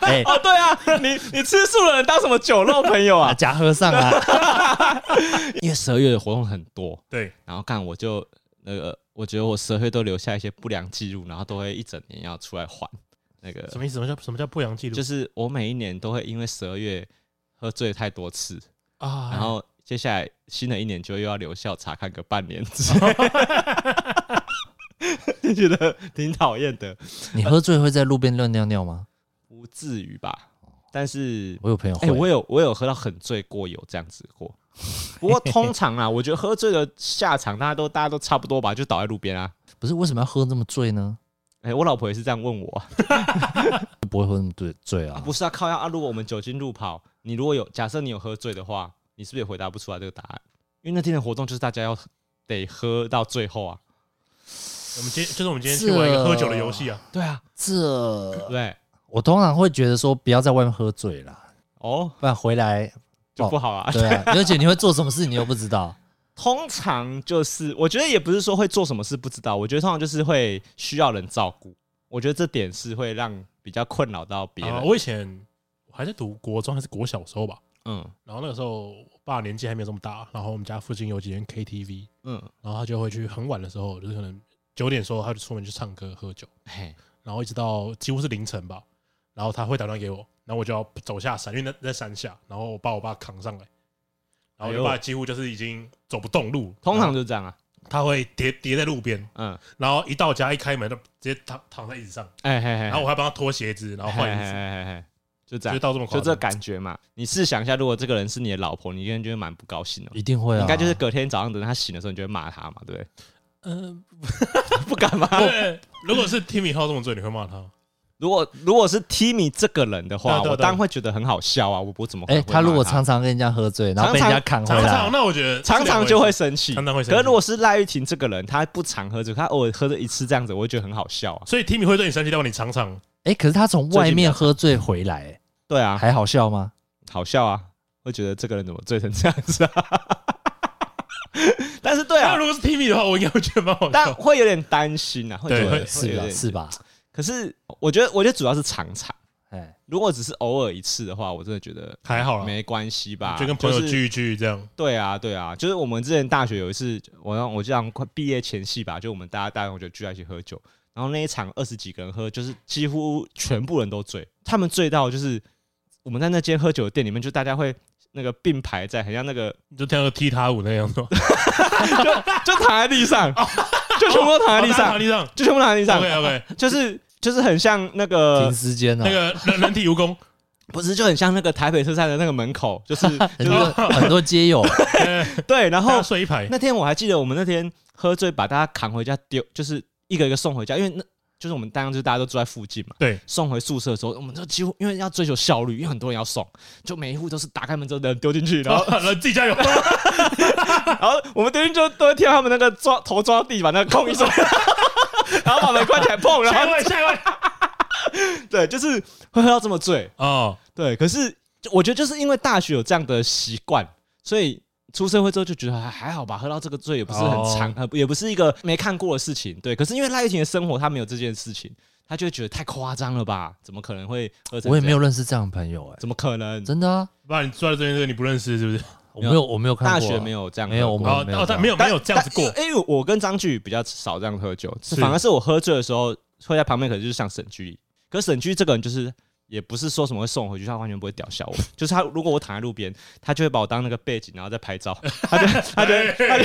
S2: 哎、
S3: 哦对啊，你你吃素的人当什么酒肉朋友
S2: 啊，
S3: 啊？
S2: 假和尚啊，
S3: 因为十二月的活动很多，
S1: 对，
S3: 然后干我就那个，我觉得我十二月都留下一些不良记录，然后都会一整年要出来还那个，
S1: 什么意思？什么叫什么叫不良记录？
S3: 就是是我每一年都会因为十二月喝醉太多次，
S1: 啊
S3: 然后接下来新的一年就又要留校查看个半年之类的就觉得挺讨厌的，
S2: 你喝醉会在路边乱尿尿吗？
S3: 不至于吧？但是，
S2: 我有朋友
S3: 哎、
S2: 会，
S3: 我有我有喝到很醉过，有这样子过。不过通常 啊，我觉得喝醉的下场，大家都大家都差不多吧，就倒在路边啊。
S2: 不是为什么要喝那么醉呢？
S3: 哎、我老婆也是这样问我，
S2: 不会喝那么醉醉啊
S3: 不是啊，靠要啊！如果我们酒精路跑，你如果有假设你有喝醉的话，你是不是也回答不出来这个答案？因为那天的活动就是大家要得喝到最后啊。
S1: 我们今天就是我们今天去玩一个喝酒的游戏啊，
S3: 对啊，
S2: 这
S3: 对
S2: 我通常会觉得说不要在外面喝醉啦，
S3: 哦，
S2: 不然回来
S3: 就不好 啊。
S2: 对啊，而且你会做什么事，你又不知道。
S3: 通常就是，我觉得也不是说会做什么事不知道，我觉得通常就是会需要人照顾。我觉得这点是会让比较困扰到别人。
S1: 啊，我以前我还在读国中还是国小的时候吧，
S3: 嗯
S1: 然后那个时候我爸年纪还没有这么大，然后我们家附近有几间 KTV，
S3: 嗯，
S1: 然后他就会去很晚的时候，就是可能九点的时候他就出门去唱歌喝酒，
S3: 嘿，
S1: 然后一直到几乎是凌晨吧，然后他会打电话给我，然后我就要走下山，因为那在山下，然后我把我爸扛上来，然后我
S3: 哎
S1: 爸
S3: 呦
S1: 几乎就是已经走不动路，
S3: 通常
S1: 然后
S3: 就这样啊。
S1: 他会跌跌在路边，
S3: 嗯，
S1: 然后一到家一开门就直接躺躺在椅子上，
S3: 哎嘿嘿，
S1: 然后我还帮他脱鞋子，然后
S3: 嘿嘿
S1: 换
S3: 嘿
S1: 衣
S3: 嘿嘿，就
S1: 服，就，
S3: 哎这样
S1: 到这么夸
S3: 就这
S1: 张。
S3: 感觉嘛。你试想一下，如果这个人是你的老婆，你应该就会蛮不高兴的。
S2: 一定会啊，
S3: 应该就是隔天早上等他醒的时候，你就会骂他嘛，对不 对？
S1: 嗯，
S3: 不敢吗？
S1: 对，如果是 Timmy 靠这么醉，你会骂他吗？
S3: 啊如果如果是 Timmy 这个人
S1: 对
S3: 的话，
S1: 啊对啊
S3: 我当然会觉得很好笑啊！我我怎么可
S2: 哎、
S3: 能会
S2: 他如果
S3: 骂
S2: 常常跟人家喝醉，然后被人
S3: 常
S2: 家
S3: 常
S2: 扛回
S1: 常
S2: 来，
S1: 常，那我觉得
S3: 常常就会生气，
S1: 常常会生气
S3: 可是如果是赖玉婷这个人，他不常喝酒，他偶尔喝了一次这样子，我会觉得很好笑啊。
S1: 所以 Timmy 会对你生气，但你常常
S2: 哎、可是他从外面喝醉回来、
S3: 对啊，
S2: 还好笑吗？
S3: 好笑啊，会觉得这个人怎么醉成这样子啊？ 但是对
S1: 那
S3: 啊
S1: 如，果是 Timmy 的话，我应该会觉得蛮好
S3: 但
S1: 笑。
S3: 会有点担心啊，会
S1: 对
S3: 觉
S1: 会
S3: 得会
S2: 是
S3: 有
S2: 吧？
S3: 点。
S2: 是吧？
S3: 可是我觉得，我觉得主要是常常，
S2: 哎、
S3: 如果只是偶尔一次的话，我真的觉得
S1: 还好啦，
S3: 没关系吧，
S1: 就跟朋友
S3: 是
S1: 聚一聚这样。
S3: 对啊，对啊，就是我们之前大学有一次，我让我记得快毕业前夕吧，就我们大家大同学聚在一起喝酒，然后那一场二十几个人喝，就是几乎全部人都醉，他们醉到就是我们在那间喝酒的店里面，就大家会那个并排在，很像那个
S1: 你就跳个踢踏舞那样子吗，
S3: 就躺在地上，就全部都躺
S1: 哦哦大家躺
S3: 在地上
S1: 在，地上。
S3: 就全部躺在地上
S1: OK，OK，
S3: 就是就是很像呃那个
S2: 停时间哦、
S1: 那个人人体蜈 蚣，
S3: 不是就很像那个台北车站的那个门口， 就是
S2: 很多很多街友，
S3: 对，然
S1: 然后
S3: 后
S1: 哎睡一排，
S3: 那天我还记得，我们那天喝醉，把大家扛回家丢，就是一个一个送回家，因为那就是我们当时大家都住在附近嘛。
S1: 对，
S3: 送回宿舍的时候，我们就几乎因为要追求效率，因为很多人要送，就每一户都是打开门之后人丢进去，然
S1: 然
S3: 后
S1: 后 然后自己加油，
S3: 然后我们丢进去就都会听到他们那个抓头抓地把那个空一声， 然后把门关起来砰，然
S1: 下一
S3: 后
S1: 位，下一位。
S3: 对，就是会喝到这么醉。
S1: 哦，
S3: 对，可是就我觉得就是因为大学有这样的习惯，所以出社会之后就觉得还还好吧，喝到这个醉也不是很
S2: 哦
S3: 常，呃，也不是一个没看过的事情。对，可是因为赖玉婷的生活，她没有这件事情，她就会觉得太夸张了吧？怎么可能会喝成
S2: 我也没有
S3: 这样，
S2: 认识这样的朋友、哎，
S3: 怎么可能？
S2: 真的啊，
S1: 不然你坐在这边，这个你不认识是不是？
S2: 我没有我没有看过、
S3: 大学没，有这样喝过，
S2: 没有我们
S1: 哦，
S2: 没有
S1: 哦，
S2: 这样
S1: 但没有没有这样子过
S3: 但。因为我跟张巨宇比较少这样喝酒，
S1: 是
S3: 反而是我喝醉的时候会在旁边，可能就是像沈居。可是沈居这个人就是。也不是说什么会送我回去，他完全不会屌笑我。 就是他，如果我躺在路边，他就会把我当那个背景，然后再拍照。他就他就
S1: 哎哎哎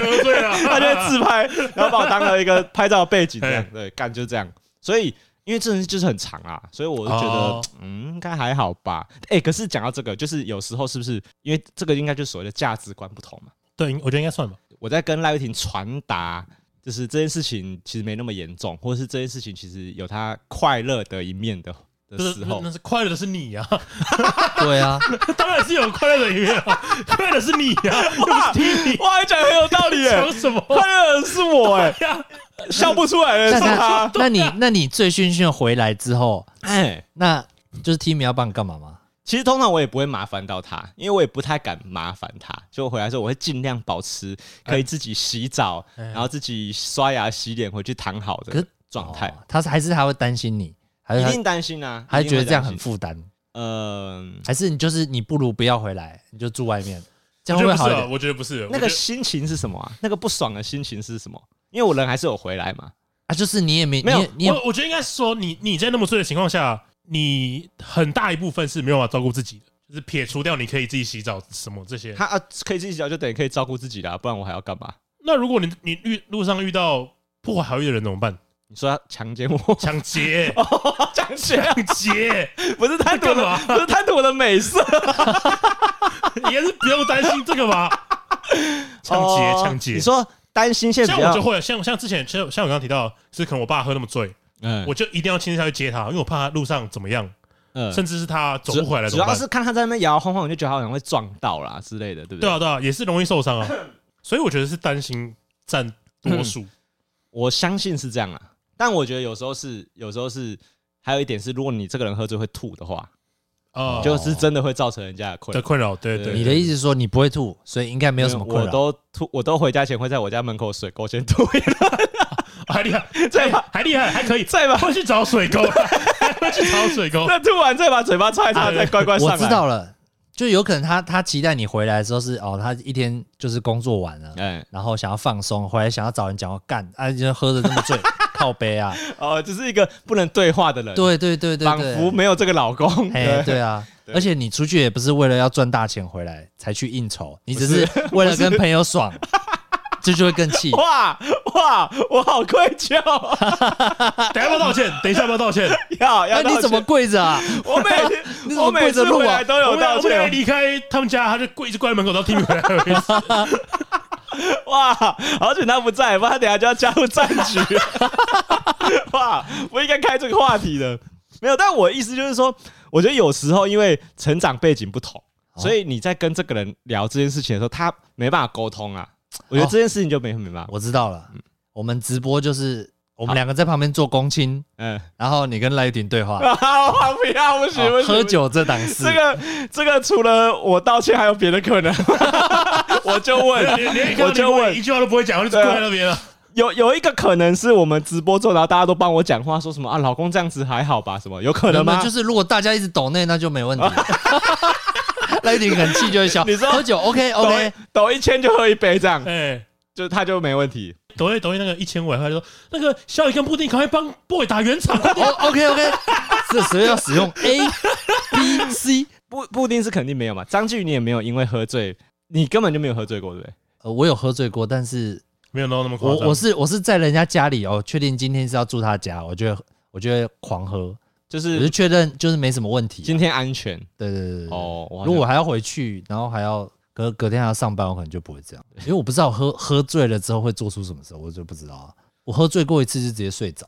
S1: 喝醉 了，
S3: 他就会自拍，然后把我当了一 个拍照的背景这样
S1: 嘿。
S3: 对，干就是这样。所以因为这人就是很长啊，所以我就觉得、
S1: 哦
S3: 嗯，应该还好吧。哎、可是讲到这个，就是有时候是不是因为这个应该就是所谓的价值观不同嘛？
S1: 对，我觉得应该算吧。
S3: 我在跟赖玉婷传达，就是这件事情其实没那么严重，或者是这件事情其实有它快乐的一面的的
S1: 就是
S3: 时候
S1: 那。是快乐的是你呀、
S2: 对啊，
S1: 当然是有快乐的一面啊， 快乐是你呀、又不是听你。
S3: 哇，你讲得很有道理耶、
S1: 讲什么？
S3: 快乐的是我哎、
S1: 呀，
S3: 笑不出来的
S2: 那
S3: 是他
S2: 那。那你那你醉醺醺地回来之后，
S3: 哎、
S2: 那就是 Timmy 要帮你干嘛吗？
S3: 其实通常我也不会麻烦到他，因为我也不太敢麻烦他。所以我回来的时候，我会尽量保持可以自己洗澡，
S1: 哎
S3: 然后自己刷牙、洗脸，回去躺好
S2: 可
S3: 的
S2: 是
S3: 状态。
S2: 哦他是还是他会担心你，还是
S3: 一
S2: 他
S3: 定担心啊，
S2: 还
S3: 一
S2: 是
S3: 定
S2: 觉得
S3: 会
S2: 这样
S3: 担
S2: 很
S3: 心。
S2: 负担，
S3: 呃，
S2: 还是你就是你不如不要回来，你就住外面，这
S1: 我觉得不
S2: 样会不会好
S1: 是
S2: 一
S1: 啊，
S2: 点？
S1: 我觉得不是。
S3: 那个心情是什么啊？那个不爽的心情是什么？因为我人还是有回来嘛。
S2: 啊，就是你也没
S3: 没有
S2: 你也你也
S1: 我我觉得应该是说，你你在那么醉的情况下，你很大一部分是没有办法照顾自己的，就是撇除掉你可以自己洗澡什么这些。
S3: 他啊，可以自己洗澡，就等于可以照顾自己啦、不然我还要干嘛？
S1: 那如果你你遇路上遇到不怀好意的人怎么办？
S3: 你说他强 奸我？
S1: 抢劫，
S3: 强奸
S1: 哦抢劫，
S3: 不是贪图我
S1: 干
S3: 的，
S1: 嘛
S3: 不是贪图我的美 色。
S1: 应该是不用担心这个 吧？抢劫，
S3: 哦
S1: 抢劫
S3: 你。说担心现在
S1: 像
S3: 比
S1: 我就
S3: 较，
S1: 会，像像之前，像像我刚刚提到，是可能我爸喝那么醉，
S3: 嗯
S1: 我就一定要亲自下去接他，因为我怕他路上怎么样，
S3: 嗯
S1: 甚至是他走
S3: 主
S1: 不回来
S3: 主
S1: 怎么
S3: 要
S1: 办？
S3: 是看他在那边摇摇晃晃，你就觉得他好像会撞到啦之类的，对不
S1: 对啊，对啊，也是容易受伤 啊。所以我觉得是担心占
S3: 嗯
S1: 多数。
S3: 我相信是这样啊，但我觉得有时候是，有时候是，还有一点是，如果你这个人喝醉会吐的话，
S1: 啊
S3: 哦就是真的会造成人家的困
S1: 的
S3: 扰。
S1: 困扰，对对
S3: 对
S2: 你的意思是说你不会吐，所以应该没有什么困
S3: 我
S2: 扰。
S3: 都吐，我都回家前会在我家门口水沟先吐一下，
S1: 还厉害，
S3: 再把
S1: 还厉害，还可以，
S3: 再把
S1: 会去找水沟， 会去找水沟，
S3: 那吐完再把嘴巴擦一擦，
S1: 啊
S3: 再乖乖上
S2: 哎我
S3: 来。
S2: 知，道了，就有可能他他期待你回来的时候是哦，他一天就是工作完了，
S3: 哎，
S2: 然后想要放松，回来想要找人讲话干，啊，就喝的这么醉， 靠杯啊，
S3: 哦，只是一个不能对话的人，，
S2: 对对对对
S3: 仿
S2: 对，
S3: 佛没有这个老公。
S2: 哎，对啊，
S3: 对
S2: 而且你出去也不是为了要赚大钱回来才去应酬，你只是 为了跟朋友 爽，这就会更气。
S3: 哇哇，我好愧疚，啊
S1: 等一下要不要道歉？等一下要不要道歉？
S3: 要
S2: 那
S3: 要道歉。
S2: 哎
S3: 嗯
S2: 你怎么跪着啊？
S3: 我每天
S2: 你怎么
S3: 我每
S2: 跪着
S3: 次
S2: 录
S3: 回
S2: 啊
S3: 来？都
S1: 我
S3: 有
S1: 们俩
S3: 道
S1: 我们俩
S3: 歉。
S1: 离开他们家，他就跪一直跪在门口，到听你回来为 止。
S3: 哇，好久他不在，不然他等下就要加入战 局。哇，不应该开这个话题的。没有，但我的意思就是说，我觉得有时候因为成长背景不同，
S2: 哦
S3: 所以你在跟这个人聊这件事情的时候，他没办法沟通啊。
S2: 哦
S3: 我觉得这件事情就没没办法。
S2: 我知道了，
S3: 嗯
S2: 我们直播就是我们两个在旁边做公亲，
S3: 嗯，
S2: 然后你跟赖玉婷对话，
S3: 啊，不要，不行，不
S2: 哦
S3: 行，
S2: 喝
S3: 不行。
S2: 酒这档事
S3: 这。个这个除了我道歉，还有别的可能？ 我就 问，
S1: 连
S3: 我就问
S1: 一，句话都不会讲，我就跪在那边啊了。
S3: 有有一个可能是我们直播之后，然后大家都帮我讲话，说什么啊，老公这样子还好吧？什么有可能
S2: 没有
S3: 吗？
S2: 就是如果大家一直抖内，那就没问题。赖玉婷很气就会笑，
S3: 你说
S2: 喝酒 OK
S3: 抖
S2: OK，
S3: 抖一千就喝一杯这样，
S1: 哎，
S3: 就他就没问题。
S1: 抖音抖音那个一千五，他就说那个小雨跟布丁，赶快帮 boy 打圆场。
S2: 哦 OK OK，这时候要使用 A B C。
S3: 布布丁是肯定没有嘛，张继宇你也没有因为喝醉，你根本就没有喝醉过，对不对？
S2: 呃，我有喝醉过，但是
S1: 没有闹那么夸
S2: 我
S1: 张。
S2: 我是我是在人家家里哦，确定今天是要住他家，我就会我就会狂喝，
S3: 就
S2: 我就是确认就是没什么问题。
S3: 今天安全
S2: 对对对对对
S3: 哦。我好像
S2: 如果我还要回去，然后还要隔隔天还要上班，我可能就不会这样，因为我不知道喝喝醉了之后会做出什么事，我就不知道啊。我喝醉过一次就直接睡着，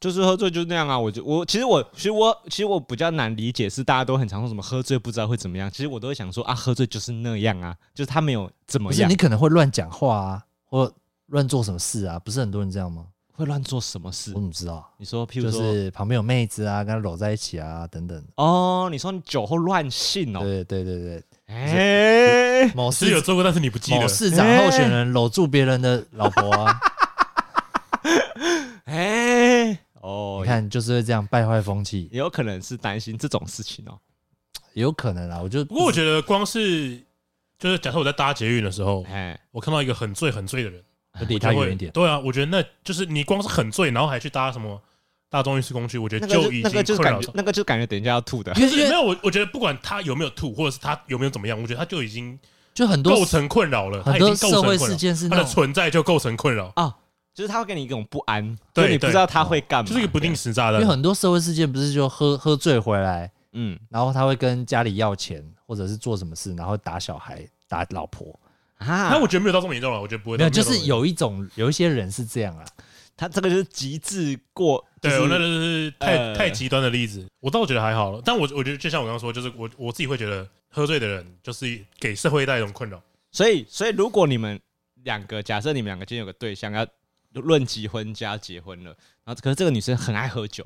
S3: 就是喝醉就是那样啊，我就我其实我其实我其实我比较难理解是大家都很常说什么喝醉不知道会怎么样，其实我都会想说啊，喝醉就是那样啊，就是他没有怎么
S2: 不是
S3: 样
S2: 你，可能会乱讲话啊，或乱做什么事啊，不是很多人这样吗？
S3: 会乱做什么事
S2: 我怎。么知道啊？
S3: 嗯你说，譬如
S2: 就
S3: 说，
S2: 是旁边有妹子啊，跟她搂在一起啊，等等。
S3: 哦，你说你酒后乱性哦？
S2: 对对对对，
S3: 哎、
S2: 某
S1: 是
S2: 市
S1: 有做过，但是你不记得
S2: 某。市长候选人搂住别人的老 婆啊，
S3: 哎、哦，
S2: 你看就是会这样败坏风气，
S3: 也有可能是担心这种事情哦。
S2: 有可能啊。我就
S1: 不过我觉得光是就是假设我在搭捷运的时候，
S3: 哎、
S1: 我看到一个很醉很醉的人，
S2: 得离
S1: 我
S2: 他
S1: 就
S2: 远
S1: 会
S2: 一点。
S1: 对啊，我觉得那就是你光是很醉，然后还去搭什么大众运输工具，我觉
S3: 那
S1: 得
S3: 个
S1: 就
S3: 就
S1: 已
S3: 那个就
S1: 经
S3: 是
S1: 困扰
S3: 感
S1: 到
S3: 觉，。那个就感觉等一下要吐的。
S2: 因为
S1: 就是
S2: 因
S1: 没
S2: 为
S1: 有我，我觉得不管他有没有吐，或者是他有没有怎么样，我觉得他就已经
S2: 就很多
S1: 构成困扰了，他
S2: 很
S1: 已经构
S2: 多社
S1: 成
S2: 会
S1: 困
S2: 事
S1: 扰，
S2: 件是
S1: 他
S2: 那
S1: 的
S2: 种
S1: 存在就构成困扰，
S3: 就是他会给你一种不安，
S1: 对
S3: 就你不知道他会干
S1: 啊
S3: 嘛，
S1: 就是一个不定
S3: 对。
S1: 时炸
S2: 因为
S1: 弹。
S2: 很多社会事件不是就喝喝醉回来，
S3: 嗯
S2: 然后他会跟家里要钱，或者是做什么事，然后打小孩、打老婆。
S3: 啊，
S1: 那我觉得没有到这么严重了，我觉得不会
S2: 没
S1: 到。
S2: 有，
S1: 到
S2: 就
S1: 这么严
S2: 是
S1: 重
S2: 有一种有一些人是这样啊。
S3: 他这个就是极致过，就
S1: 对，
S3: 是
S1: 我那就是太、
S3: 呃
S1: 太极端的例子，我倒觉得还好了。但我我觉得就像我刚刚说，就是我我自己会觉得喝醉的人就是给社会带来一种困扰。
S3: 所以所以如果你们两个，假设你们两个今天有个对象要论及婚加结婚了，然后可是这个女生很爱喝酒，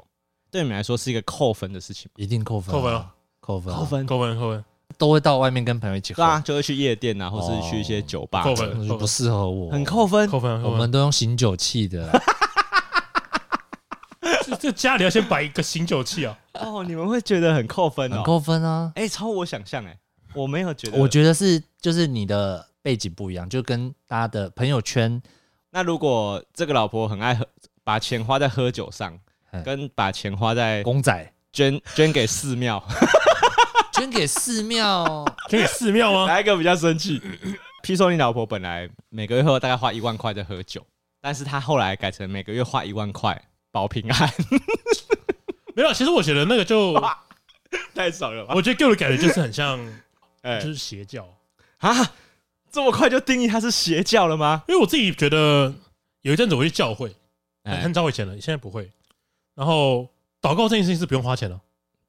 S3: 对你们来说是一个扣分的事情吗，
S2: 一定扣分、
S1: 扣分哦，
S2: 扣分啊、
S3: 扣分
S1: 扣分扣分，
S2: 都会到外面跟朋友一起喝，
S3: 对啊，就会去夜店啊，或是去一些酒吧，
S1: 哦扣
S2: 那
S1: 分
S2: 就
S1: 扣
S2: 不
S1: 分
S2: 适合我，
S3: 很扣分。
S1: 扣分
S2: 我
S1: 扣分
S2: 们。都用醒酒器的啊，
S1: 这这家里要先摆一个醒酒器啊，
S3: 哦，你们会觉得很扣分
S2: 很
S3: 哦。
S2: 扣分啊。
S3: 哎、超我想象哎、我没有觉得。
S2: 我觉得是就是你的背景不一样，就跟大家的朋友圈
S3: 那如果这个老婆很爱喝，把钱花在喝酒上
S2: 嗯，
S3: 跟把钱花在
S2: 公仔
S3: 捐捐给寺 庙，
S2: 捐给寺庙，
S1: 捐给寺庙吗？
S3: 哪一个比较生气？譬如说，你老婆本来每个月后大概花一万块在喝酒，但是她后来改成每个月花一万块保平安，
S1: 没有，其实我觉得那个 就，
S3: 太爽了吧？
S1: 我觉得给我的感觉就是很像，
S3: 哎、
S1: 就是邪教。
S3: 啊，这么快就定义她是邪教了吗？
S1: 因为我自己觉得有一阵子我去教会，
S3: 哎、
S1: 很早以前了，现在不会。然后祷告这件事情是不用花钱的，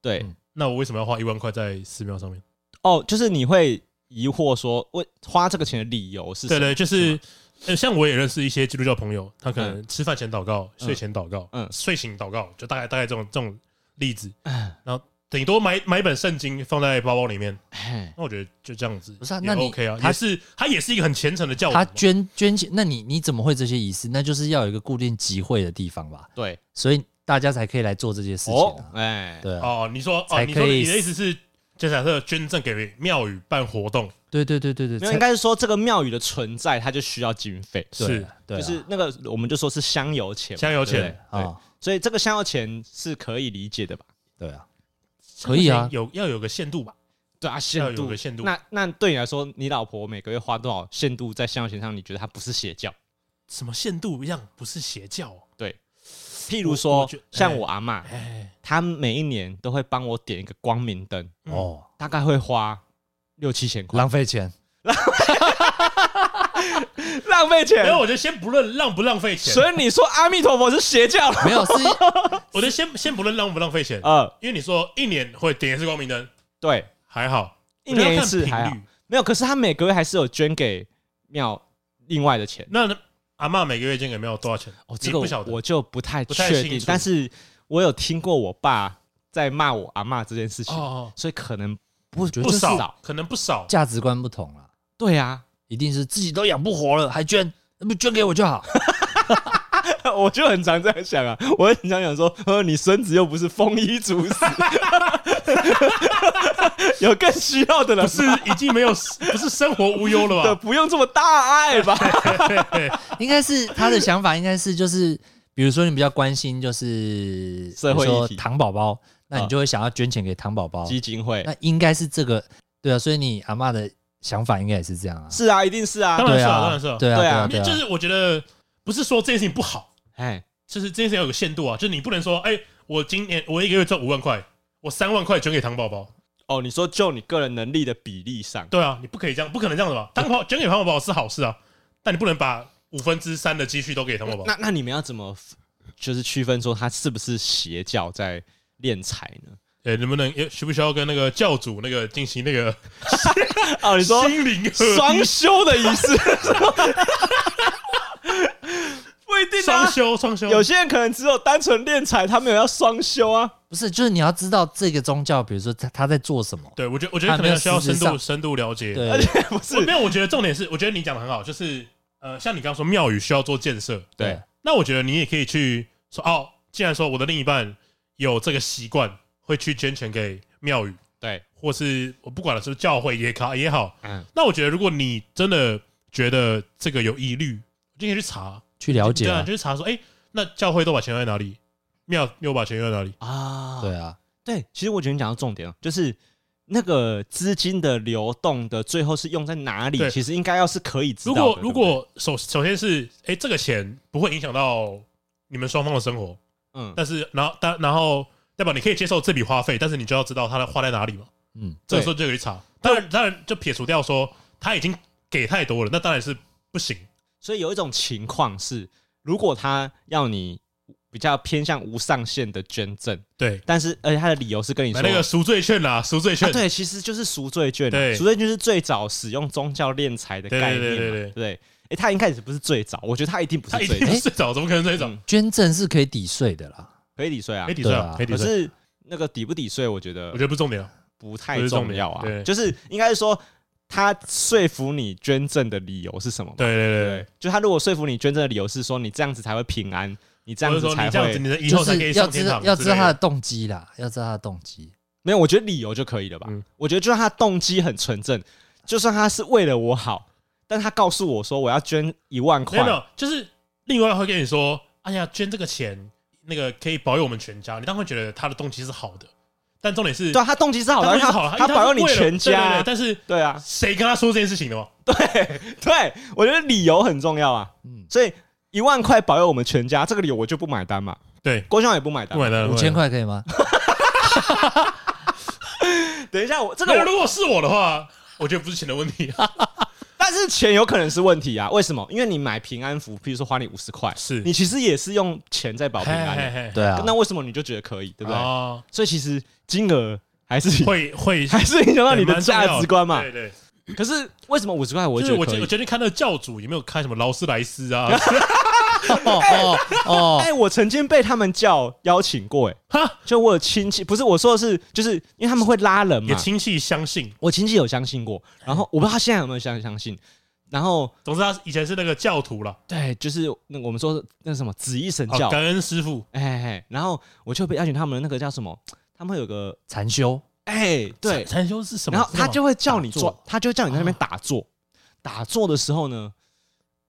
S3: 对，
S2: 嗯
S1: 那我为什么要花一万块在寺庙上面？
S3: 哦，就是你会疑惑说，为花这个钱的理由是什
S1: 对
S3: 么？
S1: 对，就是是
S3: 吗
S1: 呃，像我也认识一些基督教朋友，他可能吃
S2: 嗯
S1: 饭前祷告、睡前祷告、
S3: 嗯
S2: 嗯
S1: 睡醒祷告，就大概大概这种这种例子。然后顶多买买一本圣经放在包包里面，
S3: 嘿
S1: 那我觉得就这样子，
S2: 不是啊
S1: 也
S2: 那你
S1: OK 啊，
S2: 他
S1: 也是他也是一个很虔诚的教徒嘛，
S2: 他捐捐钱，那你你怎么会这些仪式？那就是要有一个固定集会的地方吧，
S3: 对，
S2: 所以大家才可以来做这些事情
S3: 哦
S2: 啊。，
S3: 哎，
S2: 对啊，
S1: 哦，你说哦，
S2: 才
S1: 你说
S2: 可以
S1: 你的意思是，就假设捐赠给庙宇办活动，
S2: 对对对对对，
S3: 没有，
S2: 才
S3: 应该是说这个庙宇的存在，它就需要经费，
S2: 对
S1: 是
S2: 啊对啊，
S3: 就是那个我们就说是香油钱嘛，
S1: 香油钱
S3: 对不对对
S2: 啊，
S3: 所以这个香油钱是可以理解的吧？
S2: 对啊，可以啊
S1: 有要有个限度吧？
S3: 对啊，
S1: 要
S3: 限
S1: 有
S3: 度
S1: 个限度
S3: 那那对你来说，你老婆每个月花多少限度在香油钱上？你觉得她不是邪教？
S1: 什么限度一样不是邪教哦？
S3: 譬如
S1: 我
S3: 说
S1: 我觉得，
S3: 像我阿妈，
S1: 哎，
S3: 她每一年都会帮我点一个光明灯，
S1: 嗯
S2: 哦，
S3: 大概会花六七千块，
S2: 浪费钱，
S3: 浪费钱
S2: 哎
S1: 没有，我觉得先不论浪不浪费钱，
S3: 所以你说阿弥陀佛是邪教？
S2: 没有是
S1: 我觉得先先不论浪不浪费钱，
S3: 呃，
S1: 因为你说一年会点一次光明灯，
S3: 对，
S1: 还好，
S3: 一年一
S1: 我觉
S3: 次
S1: 得要
S3: 还
S1: 看
S3: 好
S1: 频率。
S3: 没有，可是她每个月还是有捐给庙另外的钱。
S1: 那阿嬷每个月捐给庙多少钱？
S3: 哦，
S1: 你
S3: 这个
S1: 不晓
S3: 我
S1: 得
S3: 我就不太
S1: 不太
S3: 确
S1: 清
S3: 定
S1: 楚，
S3: 但是我有听过我爸在骂我阿嬷这件事情，
S1: 哦，
S3: 所以可能
S2: 不觉
S1: 不
S2: 得
S3: 就是
S1: 少
S3: 少，
S1: 可能不少。
S2: 价值观不同啦，
S3: 对啊，
S2: 一定是自己都养不活了还捐，那不捐给我就 好。
S3: 我就很常这样想啊，我很常想说，呃，你孙子又不是丰衣足食， 有更需要的
S1: 不
S3: 人
S1: 是已经没有，不是生活无忧了
S3: 的，
S1: 吧？
S3: 不用这么大爱吧？
S1: 哎
S2: 应该是他的想法，应该是就是，比如说你比较关心就是
S3: 社会
S2: 比如
S3: 议
S2: 说
S3: 题
S2: 糖宝宝，那
S3: 啊
S2: 你就会想要捐钱给糖宝宝，
S3: 基金会
S1: 哎
S2: 那应该是这个对啊，所以你阿嬷的想法应该也是这样啊，
S3: 是啊，一定是啊
S1: 当，然
S2: 对
S1: 是啊，
S2: 啊，
S1: 当然是啊。
S2: 对啊，
S3: 对
S2: 对
S3: 啊
S2: 啊，对啊，
S1: 就是我觉得不是说这件事情不好，
S3: 哎，
S1: 就是这件事情有个限度啊，就是你不能说，哎、我今年我一个月赚五万块，我三万块捐给糖宝宝。
S3: 哦，你说就你个人能力的比例上，
S1: 对啊，你不可以这样，不可能这样的吧？糖宝捐给糖宝宝是好事啊，但你不能把五分之三的积蓄都给糖宝宝
S3: 那。那你们要怎么就是区分说他是不是邪教在敛财呢？
S1: 哎、能不能呃需不需要跟那个教主那个进行那个
S3: 哦，你说
S1: 心灵合一
S3: 双修的仪式，不一定
S1: 双
S3: 啊。
S1: 修双修？
S3: 有些人可能只有单纯敛财，他没有要双修啊。
S2: 不是就是你要知道这个宗教，比如说他他在做什么，
S1: 对我觉得我觉得
S2: 他
S1: 可
S2: 没有
S1: 能需要
S2: 实质
S1: 深度
S2: 上
S1: 深度了解。
S2: 对
S3: 而，且不
S1: 我没
S3: 是
S1: 有，我觉得重点是，我觉得你讲的很好，就是呃，像你刚刚说庙宇需要做建设，
S3: 对，
S1: 那我觉得你也可以去说哦，既然说我的另一半有这个习惯，会去捐钱给庙宇，
S3: 对，
S1: 或是我不管了，是不是教会也好也好，
S3: 嗯，
S1: 那我觉得如果你真的觉得这个有疑虑，就可以去查，
S2: 去了解
S1: 对啊，
S2: 啊
S1: 就，去查说，哎、那教会都把钱用在哪里？庙又把钱用在哪里？
S3: 啊，
S2: 对啊，
S3: 对，其实我觉得你讲到重点了，就是那个资金的流动的最后是用在哪里，
S1: 对
S3: 其实应该要是可以知
S1: 如
S3: 道的。
S1: 果
S3: 对不
S1: 如
S3: 对
S1: 果首首先是，哎、这个钱不会影响到你们双方的生活，
S3: 嗯，
S1: 但是然后但然后代表你可以接受这笔花费，但是你就要知道它的花在哪里嘛。
S2: 嗯，
S1: 这个时候就可以查。当然，当然就撇除掉说他已经给太多了，那当然是不行。
S3: 所以有一种情况是，如果他要你比较偏向无上限的捐赠，
S1: 对，
S3: 但是而且他的理由是跟你
S1: 买
S3: 说
S1: 那个赎罪券啦，赎罪券
S3: 啊，，对，其实就是赎罪券啊。
S1: 对
S3: 赎罪券是最早使用宗教敛财的
S1: 对
S3: 概念嘛，
S1: 对对对
S3: 不诶他一开始不是最早，我觉得他一定不
S1: 他
S3: 是
S1: 一
S3: 最
S1: 定
S3: 早，
S1: 不是早，怎么可能最早
S3: 嗯？
S2: 捐赠是可以抵税的啦，
S3: 可以抵税啊
S1: 没。抵税
S2: 对
S1: 啊
S2: 啊，
S1: 没抵
S3: 可
S1: 税，
S3: 是那个抵不抵税，我觉得
S1: 我觉得不是重点啊。
S3: 不
S1: 不
S3: 太
S1: 是重
S3: 重
S1: 点
S3: 要啊。
S1: 对
S3: 就是应该是说，他说服你捐赠的理由是什么嘛？
S1: 对对对
S3: 就他如果说服你捐赠的理由是说你这样子才会平安，你这
S1: 对，或
S3: 样
S1: 者
S3: 子
S1: 说
S3: 才
S1: 你这样子，
S3: 会
S1: 你的以
S2: 就
S1: 后才可以
S2: 是要
S1: 上天
S2: 知
S1: 堂
S2: 道
S1: 之类。
S2: 要知道他的动机啦，要知道他的动机，
S3: 没有，我觉得理由就可以了吧。
S1: 嗯
S3: 我觉得就算他动机很纯正，就算他是为了我好，但他告诉我说我要捐一万
S1: 没有没
S3: 块，
S1: 有，就是另外会跟你说，哎呀，捐这个钱，那个可以保佑我们全家。你当然会觉得他的动机是好的，但重点是
S3: 对啊，他动机是好
S1: 他
S3: 的，
S1: 动机是好的，
S3: 他他
S1: 因为
S3: 保佑
S1: 是
S3: 你
S1: 为了
S3: 全
S1: 对对
S3: 家
S1: 对，但是
S3: 对啊，
S1: 谁跟他说这件事情的嘛？
S3: 对，我觉得理由很重要啊。
S2: 嗯，
S3: 所以一万块保佑我们全家，这个理由我就不买单嘛。
S1: 对，
S3: 郭兄也不买单
S1: 不。买单，
S2: 五千。块可 以吗？
S3: 等一下，我这
S1: 这
S3: 个
S1: 个
S3: 我，
S1: 如果是我的话，我觉得不是钱的问 题，
S3: 但是钱有可能是问题啊。为什么？因为你买平安符，譬如说花你五十块，
S1: 是
S3: 你其实也是用钱在保
S1: 嘿
S3: 平安
S1: 嘿
S3: 的。
S1: 嘿，
S2: 对啊，
S3: 那为什么你就觉得可以，对不对？
S1: 哦，
S3: 所以其实金额还是
S1: 会会
S3: 还是影响到你的价值观嘛
S1: 对。对，
S3: 可是为什么五十块我
S1: 就
S3: 觉
S1: 是
S3: 得
S1: 我
S3: 可
S1: 觉
S3: 以嗯
S1: 我？决定看那个教主有没有开什么劳斯莱斯啊，
S2: 哦哦哦
S3: 哎、我曾经被他们叫邀请过、哎
S1: 哈，
S3: 就我有亲戚，不是我说的是，就是因为他们会拉人
S1: 你的
S3: 嘛，
S1: 亲戚相信。
S3: 我亲戚有相信过，然后我不知道他现在有没有相相信，然后
S1: 总之，他以前是那个教徒了，
S3: 对，就是那我们说那什么紫衣神
S1: 好
S3: 教，哎、
S1: 感恩师傅，
S3: 哎哎然后我就被邀请他们那个叫什么，他们有个
S2: 禅修
S3: 哎、对，
S1: 禅修是什么？
S3: 然后他就会叫你
S2: 打坐
S3: 坐，他就会叫你在那边打
S1: 哦
S3: 坐。打坐的时候呢，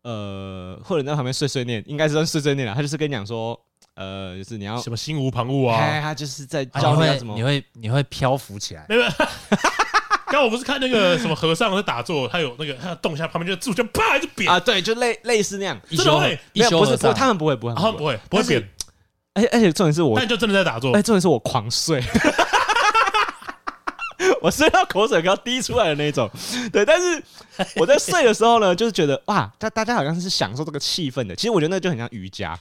S3: 呃，或者你在旁边碎碎念，应该是算碎碎念了。他就是跟你讲说，呃，就是你要，
S1: 什么心无旁骛
S3: 哎，
S1: 啊？
S3: 他就是在
S2: 啊你
S3: 教你要
S2: 会
S3: 怎么
S2: 你。会你会漂浮起来，
S1: 没有。没有刚我不是看那个什么和尚在打坐，他有那个 他动一下，旁边就柱就啪就扁，
S3: 啊，对，就类类似那样，
S2: 一
S1: 真的
S2: 休
S1: 会
S2: 一
S3: 没有
S2: 休
S3: 不是
S2: 和
S3: 不，
S2: 尚，
S3: 他们不会不会，
S1: 然后哦不
S3: 会。
S1: 会不会
S3: 但是
S1: 扁，
S3: 而且而且重点是我，
S1: 但就真的在打坐
S3: 哎，。重点是我狂睡， 我睡到口水要滴出来的那种。对，但是我在睡的时候呢，就是 觉得哇，大大家好像是享受这个气氛的。其实我觉得那就很像瑜伽，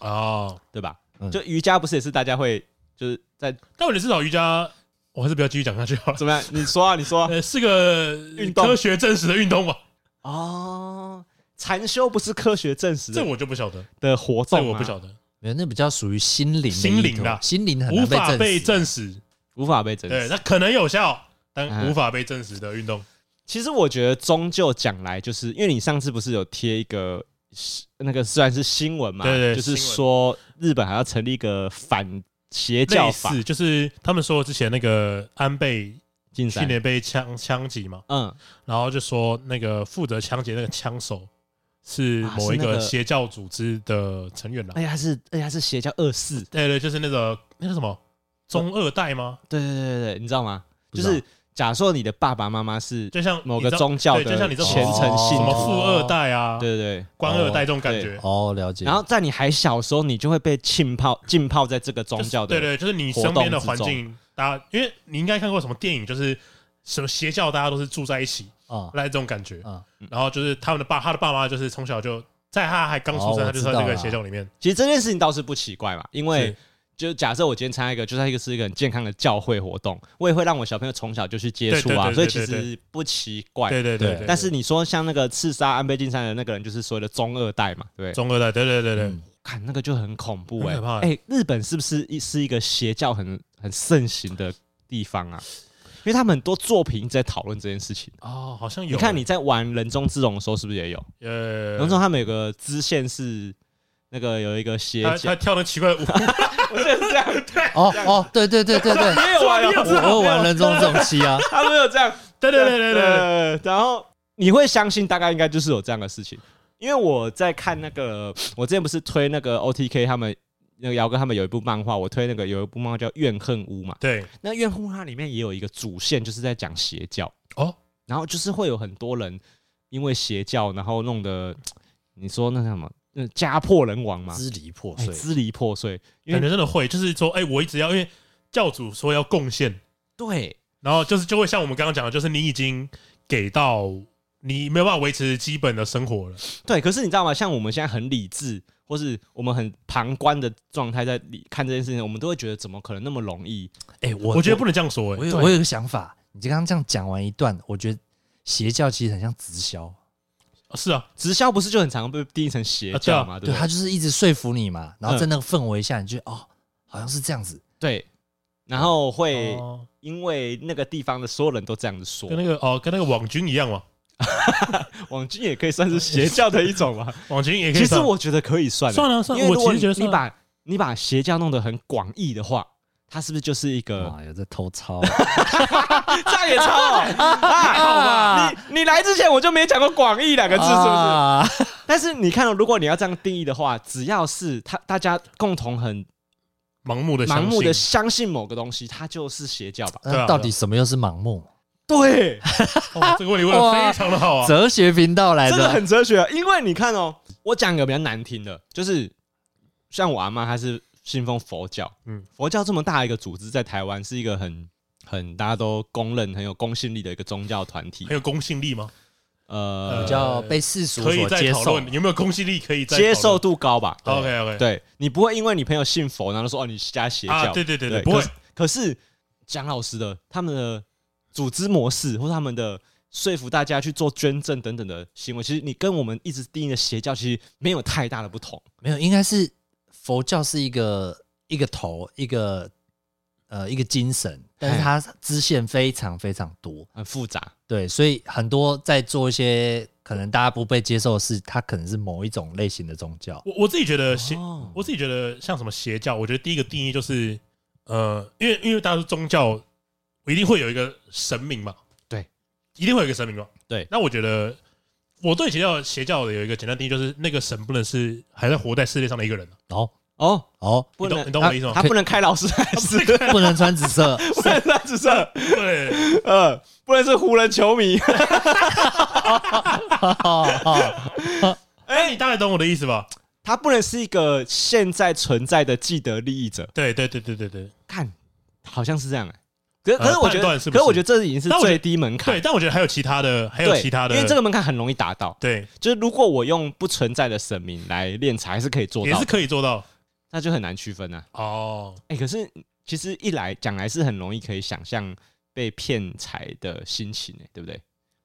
S1: 哦，
S3: 对吧？
S2: 嗯
S3: 就瑜伽不是也是大家会就是在
S1: 但我觉得至少瑜伽，我还是不要继续讲下去 好了。
S3: 怎么样？你说啊，你说啊。
S1: 呃，是个
S3: 运动
S1: 科学证实的运动吧？
S3: 哦，禅修不是科学证实
S1: 这
S3: 的
S1: 我就不晓得，
S3: 的活
S1: 这
S3: 动啊吗，
S1: 我不晓得，
S2: 没有那比较属于心灵的
S1: 心灵
S3: 啊
S2: 依托
S1: 的
S2: 心灵很
S1: 无
S2: 难
S1: 法被
S2: 被证
S1: 证
S2: 实。
S1: 实。
S3: 无法被证
S1: 对，
S3: 实
S1: 那。可能有效，但
S3: 嗯
S1: 无法被证实的运动。
S3: 其实我觉得，终究讲来，就是因为你上次不是有贴一个那个虽然是新闻嘛，
S1: 对对
S3: 就是
S1: 新闻
S3: 说日本还要成立一个反邪教
S1: 类
S3: 法
S1: 似就是他们说之前那个安倍
S3: 竞
S1: 去
S3: 赛，
S1: 年被枪枪击嘛，
S3: 嗯，
S1: 然后就说那个负责枪击那个枪手是
S3: 啊
S1: 某
S3: 是
S1: 一
S3: 那
S1: 个
S3: 个啊
S1: 邪教组织的成员啦
S3: 而。且它哎是而且它是邪教二世，
S1: 对对，就是那个那是什么中二代吗？
S3: 对对对对对，你知道吗？
S2: 不
S3: 就
S2: 知道
S3: 是假设你的爸爸妈妈是
S1: 就像
S3: 某
S1: 你
S3: 个
S1: 知道
S3: 宗教
S1: 对
S3: 的
S1: 就像你这种
S3: 虔
S2: 什
S3: 诚
S2: 么
S3: 信
S1: 什么
S3: 徒，哦
S1: 富二代啊、
S3: 对对对。
S1: 官二代这种感觉。
S2: 哦，了解。
S3: 然后在你还小的时候，你就会被浸泡浸泡在这个宗
S1: 就是
S3: 教的
S1: 对对，就是你身边的环境，大家因为你应该看过什么电影，就是什么邪教，大家都是住在一起，
S2: 啊
S1: 来这种感觉。
S2: 啊，
S1: 然后就是他们的爸，他的爸妈就是从小就在他还刚出生，
S2: 哦
S1: 他
S2: 我
S1: 就
S2: 知
S1: 在
S2: 道
S1: 那个
S2: 了
S1: 邪教里面。
S3: 其实这件事情倒是不奇怪嘛，因为
S1: 是
S3: 就假设我今天参加一个，就算一个是一个很健康的教会活动，我也会让我小朋友从小就去接
S1: 对
S3: 触啊，
S1: 对对对
S3: 所以其
S1: 对
S3: 实不奇怪。
S1: 对对对
S2: 对
S1: 对，对
S3: 但是你说像那个刺杀安倍晋三的那个人，就是所谓的中二代嘛，对不对？
S1: 中二代，对对对对，
S2: 嗯
S3: 看那个就很恐怖
S1: 很
S3: 哎、
S1: 可怕
S3: 哎、日本是不是一是一个邪教很很盛行的地方啊？因为他们很多作品一直在讨论这件事情。
S1: 哦，好像有。
S3: 你看你在玩人中之龙的时候，是不是也有？
S1: 呃，
S3: 人中他们有个支线是那个有一个邪
S1: 他
S3: 教
S1: 他，跳那奇怪的舞，
S3: 我就是这样，
S2: 哦哦，对对对对对，
S3: 哎 没 有玩
S2: 我我玩人中这种期啊，
S3: 他们有这样，
S1: 对对对对 对，
S3: 对。然后你会相信，大概应该就是有这样的事情，因为我在看那个，我之前不是推那个 OTK 他们。那个姚哥他们有一部漫画，我推那个有一部漫画叫《怨恨屋》嘛，
S1: 对对
S3: 那《怨恨屋》它里面也有一个主线，就是在讲邪教
S1: 哦，
S3: 然后就是会有很多人因为邪教，然后弄得你说那叫什么，那家破人亡嘛，
S2: 支离破
S3: 哎
S2: 碎。
S3: 支离破碎，因
S1: 感
S3: 为
S1: 觉真的会，就是说，哎，我一直要，因为教主说要贡献，
S3: 对
S1: 然后就是就会像我们刚刚讲的，就是你已经给到你没有办法维持基本的生活了，
S3: 对，可是你知道吗？像我们现在很理智，或是我们很旁观的状态在理看这件事情，我们都会觉得怎么可能那么容易？
S2: 哎，我
S1: 我觉得不能这样说，哎
S2: 我，有我有个想法，你刚刚这样讲完一段，我觉得邪教其实很像直销，
S1: 是啊，
S3: 直销不是就很常被定义成邪教嘛？对嗯
S2: 对
S3: 不
S2: 他
S3: 对？
S2: 就是一直说服你嘛，然后
S3: 嗯
S2: 在那个氛围下，你就哦，好像是这样子，
S3: 对，然后会
S1: 哦
S3: 因为那个地方的所有人都这样子说
S1: 跟，那个哦，跟那个网军一样嘛，
S3: 网军也可以算是邪教的一种嘛。
S1: 网军 也可以
S3: 其实
S1: 算。
S3: 我觉得可以算的，啊
S1: 算了算了
S3: 因为如果
S1: 我其实觉得算
S3: 你
S1: 了
S3: 把你把邪教弄得很广义的话，它是不是就是一个
S2: 哇，有在偷 抄
S3: 大野超哦？啊你你来之前我就没讲过广义两个字，是不是？
S2: 啊
S3: 但是你看、哦，如果你要这样定义的话，只要是他大家共同很
S1: 盲目的
S3: 盲目的
S1: 相信
S3: 相信某个东西，它就是邪教吧？
S1: 对啊
S2: 那到底什么又是盲目？
S3: 对，
S1: 哦这个问题问的非常的好啊，
S2: 哲学频道来
S3: 真的
S2: 的，
S3: 很哲学啊。因为你看哦，我讲一个比较难听的，就是像我阿妈，她是信奉佛教，
S1: 嗯
S3: 嗯，佛教这么大一个组织，在台湾是一个很很大家都公认很有公信力的一个宗教团体
S1: 很，有公信力吗？
S3: 呃，
S2: 比较被世俗
S1: 可以
S2: 所
S1: 再
S2: 接
S1: 讨
S2: 受
S1: 论。有没有公信力可以再
S3: 接
S1: 讨
S3: 受
S1: 论。
S3: 度高吧？对
S1: OK OK，
S3: 对你不会因为你朋友信佛，然后说哦你家邪教、
S1: 啊，对对对对，
S3: 对，
S1: 不会
S3: 可是可是讲老实的，他们的组织模式或他们的说服大家去做捐赠等等的行为，其实你跟我们一直定义的邪教其实没有太大的不同。
S2: 没有，应该是佛教是一个一个头，一个呃一个精神，但是它支线非常非常多，
S3: 很复杂，
S2: 对，所以很多在做一些可能大家不被接受的事，它可能是某一种类型的宗教。
S1: 我我自己觉得邪，
S3: 嗯哦
S1: 我自己觉得像什么邪教，我觉得第一个定义就是，呃，因为因为大家说宗教，一定会有一个神明嘛，
S3: 对，
S1: 一定会有一个神明嘛，
S3: 对
S1: 那我觉得我对邪教邪教的有一个简单定义，就是那个神不能是还在活在世界上的一 个人、啊，
S2: 哦
S3: 哦，
S2: 哦，
S3: 不
S1: 你懂
S3: 能
S1: 你懂我的意思吗？
S3: 他不能开劳斯莱斯，
S2: 不能穿 紫色，
S3: 不能他只是
S1: 对，
S3: 呃，不能是湖人球迷。
S2: 哦哦，
S1: 哎，你大概懂我的意思吧？
S3: 他不能是一个现在存在的既得利益者。
S1: 对对对对对对
S3: 看，好像是这样哎、可是
S1: 呃
S3: 可是我觉
S1: 判
S3: 得，
S1: 断是不
S3: 可
S1: 是
S3: 我觉得这已经是
S1: 但我觉得
S3: 最低门槛
S1: 对，。但我觉得还有其他的，还有
S3: 对
S1: 其他的，
S3: 因为这个门槛很容易达到。
S1: 对
S3: 就是如果我用不存在的神明来炼财，还是可以做
S1: 也
S3: 到
S1: 是，可以做到
S3: 那就很难区分啊。
S1: 哦。
S3: 哎、可是其实一来讲来是很容易可以想象被骗财的心情哎、对不对？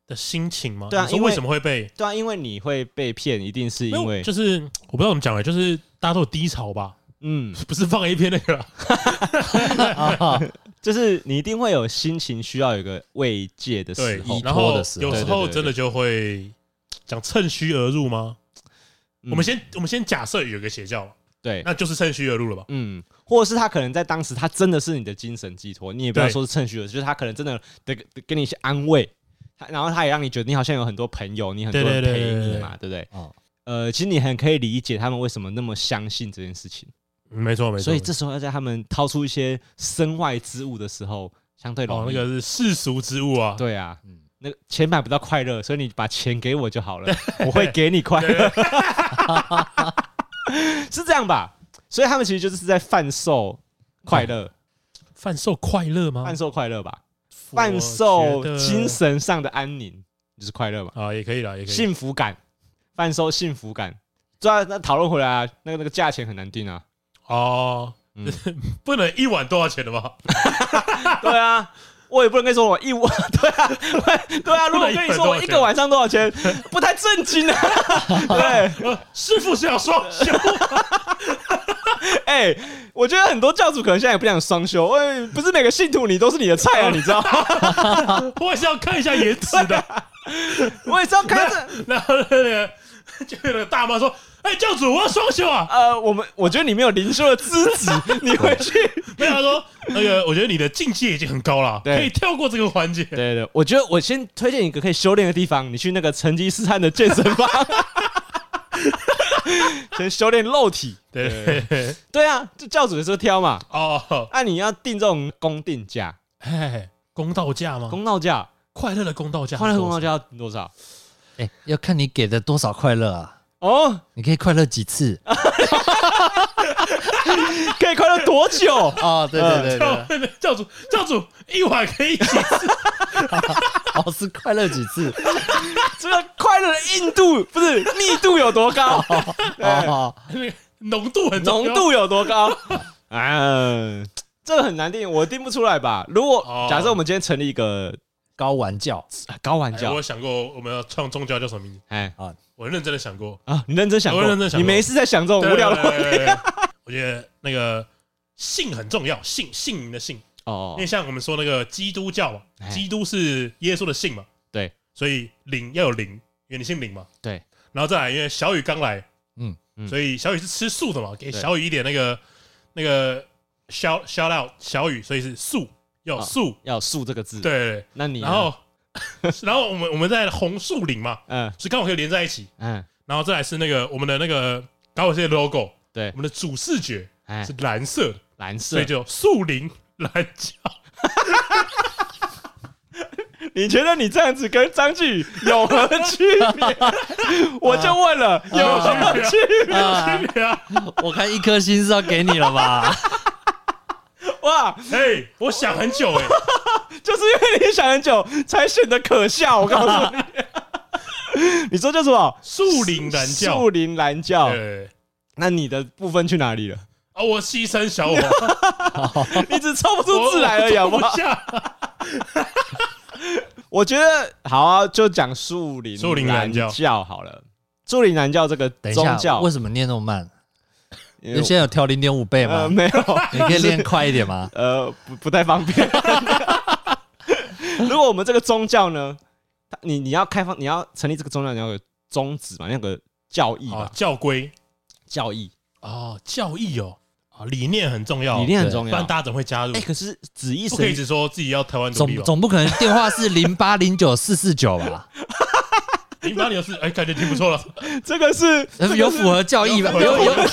S1: 的心情吗？
S3: 对啊
S1: 你说
S3: 因为
S1: 为什么会被？
S3: 对啊，因为你会被骗，一定是因
S1: 没
S3: 为
S1: 有就是我不知道怎么讲哎，就是大家都有低潮吧，
S3: 嗯，
S1: 不是放 A 片那个啦，
S2: 哦
S3: 就是你一定会有心情需要有个慰藉的
S1: 对
S3: 时候，。
S1: 然
S2: 脱
S1: 后
S2: 的时候
S1: 有时
S3: 对对对
S1: 候
S3: 对
S1: 真的就会讲趁虚而入吗？
S3: 嗯
S1: 我们先我们先假设有一个邪教，
S3: 对，
S1: 那就是趁虚而入了吧？
S3: 嗯，或者是他可能在当时他真的是你的精神寄托，你也不要说是趁虚而入，就是他可能真的得得给你一些安慰，他然后他也让你觉得你好像有很多朋友，你很多
S1: 对
S3: 人
S1: 对
S3: 陪
S1: 对
S3: 你嘛，对不对？
S2: 哦
S3: 呃，其实你很可以理解他们为什么那么相信这件事情，
S1: 嗯没错没错。
S3: 所以这时候要在他们掏出一些身外之物的时候，相对
S1: 哦
S3: 容
S1: 那
S3: 易。
S1: 个是世俗之物啊，
S3: 对啊
S2: 嗯，
S3: 那个钱买不到快乐，所以你把钱给我就好 了，我会给你快乐， 是这样吧？所以他们其实就是在贩售快乐。
S1: 贩售快乐吗？
S3: 贩售快乐吧，
S1: 我
S3: 贩售
S1: 觉得
S3: 精神上的安宁，就是快乐嘛，
S1: 啊，也可以啦，也可以。
S3: 幸福感，贩售幸福感。对啊，那讨论回来啊，那个那个价钱很难定 啊。
S1: 哦
S3: 嗯，
S1: 不能一碗多少钱的吧？
S3: 对啊，我也不能跟你说我一 晚，对啊，对啊，如果跟你说我一个晚上多少钱，不太正经啊。 对，
S1: 呃师傅是要双休，
S3: 哎、我觉得很多教主可能现在也不想双休，哎，不是每个信徒你都是你的菜啊，你知道吗？
S1: 我也是要看一下颜值的。
S3: 啊我也是要开着。
S1: 然后那个就有个大妈说：“哎、教主，我要双休啊
S3: 呃，我们我觉得你没有灵修的资质，你回去！”
S1: 没有，他说：“那个，我觉得你的境界已经很高了，
S3: 对
S1: 可以跳过这个环节。
S3: 对对，我觉得我先推荐一个可以修炼的地方，你去那个成吉思汗的健身房， 先修炼肉体。”
S1: 对对对，
S3: 对啊，这教主的时候挑嘛，
S1: 哦，
S3: 啊，你要定这种公定价、
S1: 哎，公道价吗？
S3: 公道价，
S1: 快乐的公道价，
S3: 快乐公道哦价要多少？
S2: 哎，要看你给的多少快乐啊，
S3: 哦，
S2: 你可以快乐几次？？
S3: 可以快乐多久
S2: 哦，对对 对对，
S1: 教教主，教主一碗可以几次？
S2: 哦是快乐几 次？
S3: 这个快乐的硬度不是密度有多 高，
S2: 哦，
S1: 那个浓度很重要
S3: 浓度有多高？嗯，这个很难定，我定不出来吧？如果
S1: 哦
S3: 假设我们今天成立一个
S2: 高玩教
S3: 啊高玩
S1: 哎我
S3: 教
S1: 有，想过我们要创宗教叫什么名字，
S3: 哎，
S1: 我认真的想过，
S3: 啊，你认真想过，
S1: 我认真想过
S3: 你没事在想这种无聊的
S1: 对对
S3: 问题
S1: 对对对我觉得那个姓很重要，姓姓名的姓。
S3: 哦
S1: 因为像我们说那个基督教
S3: 哎
S1: 嘛，基督是耶稣的姓嘛，
S3: 对，
S1: 所以灵要有灵，因为你姓林嘛，
S3: 对，
S1: 然后再来，因为小雨刚来，
S2: 嗯
S1: 嗯
S3: 嗯
S1: 所以小雨是吃素的嘛，给
S3: 对
S1: 小雨一点那个那个 shout shout out 小雨，所以是素，要有
S3: 哦
S1: 素，
S3: 要有树这个字，，
S1: 对，
S3: 那你呢
S1: 然后 然后我们我们在红树林嘛，
S3: 嗯
S1: 所以刚好可以连在一起，
S3: 嗯，
S1: 然后再来是那个我们的那个搞我这些 logo，
S3: 对
S1: 我们的主视觉
S3: 哎
S1: 是，蓝色的，
S3: 蓝
S1: 所
S3: 色
S1: 以，就树林蓝教。
S3: 你觉得你这样子跟张继宇有何区 别？我就问
S1: 啊
S3: 了，有何区别？
S2: 啊，我看一颗心是要给你了吧？
S3: 哇，
S1: 哎，我想很久 哎、
S3: 就是因为你想很久才显得可笑，我告诉你。 你说叫什么？
S1: 树林蓝教
S3: 树。林蓝教。
S1: 对
S3: 那你的部分去哪里 了？
S1: 啊，我牺牲小 我，
S3: 你只抽不出
S1: 我
S3: 字来而已，好不
S1: 我
S3: 好
S1: 装不？下
S3: 我觉得好啊，就讲树林
S1: 树林
S3: 南
S1: 南教
S3: 好了。树林南教这个
S2: 等一下
S3: 宗，教，
S2: 为什么念那么慢？
S3: 因
S2: 你
S3: 为
S2: 现在有调零点五倍吗
S3: 呃？没 有，
S2: 你可以练快一点 吗？
S3: 呃，不不太方便。如果我们这个宗教呢，它你你要开放，你要成立这个宗教，你要有宗旨嘛，你要有个教义
S1: 啊
S3: 吧，，
S1: 教规
S3: 教义
S1: 哦，教义哦，啊，理念很重要，
S3: 理念很
S2: 对
S3: 重
S1: 不
S3: 要
S1: 然。大家怎么会加入
S3: 哎，？可是子一
S1: 不可以
S3: 神
S1: 只说自己要台湾独
S2: 总
S1: 立吧？
S2: 总不可能电话是零八零九四四九 吧？
S1: 零八年是哎，感觉挺不错了，
S3: 这个是 这个
S2: 有
S3: 是
S2: 符合教义吧？
S1: 有
S2: 有有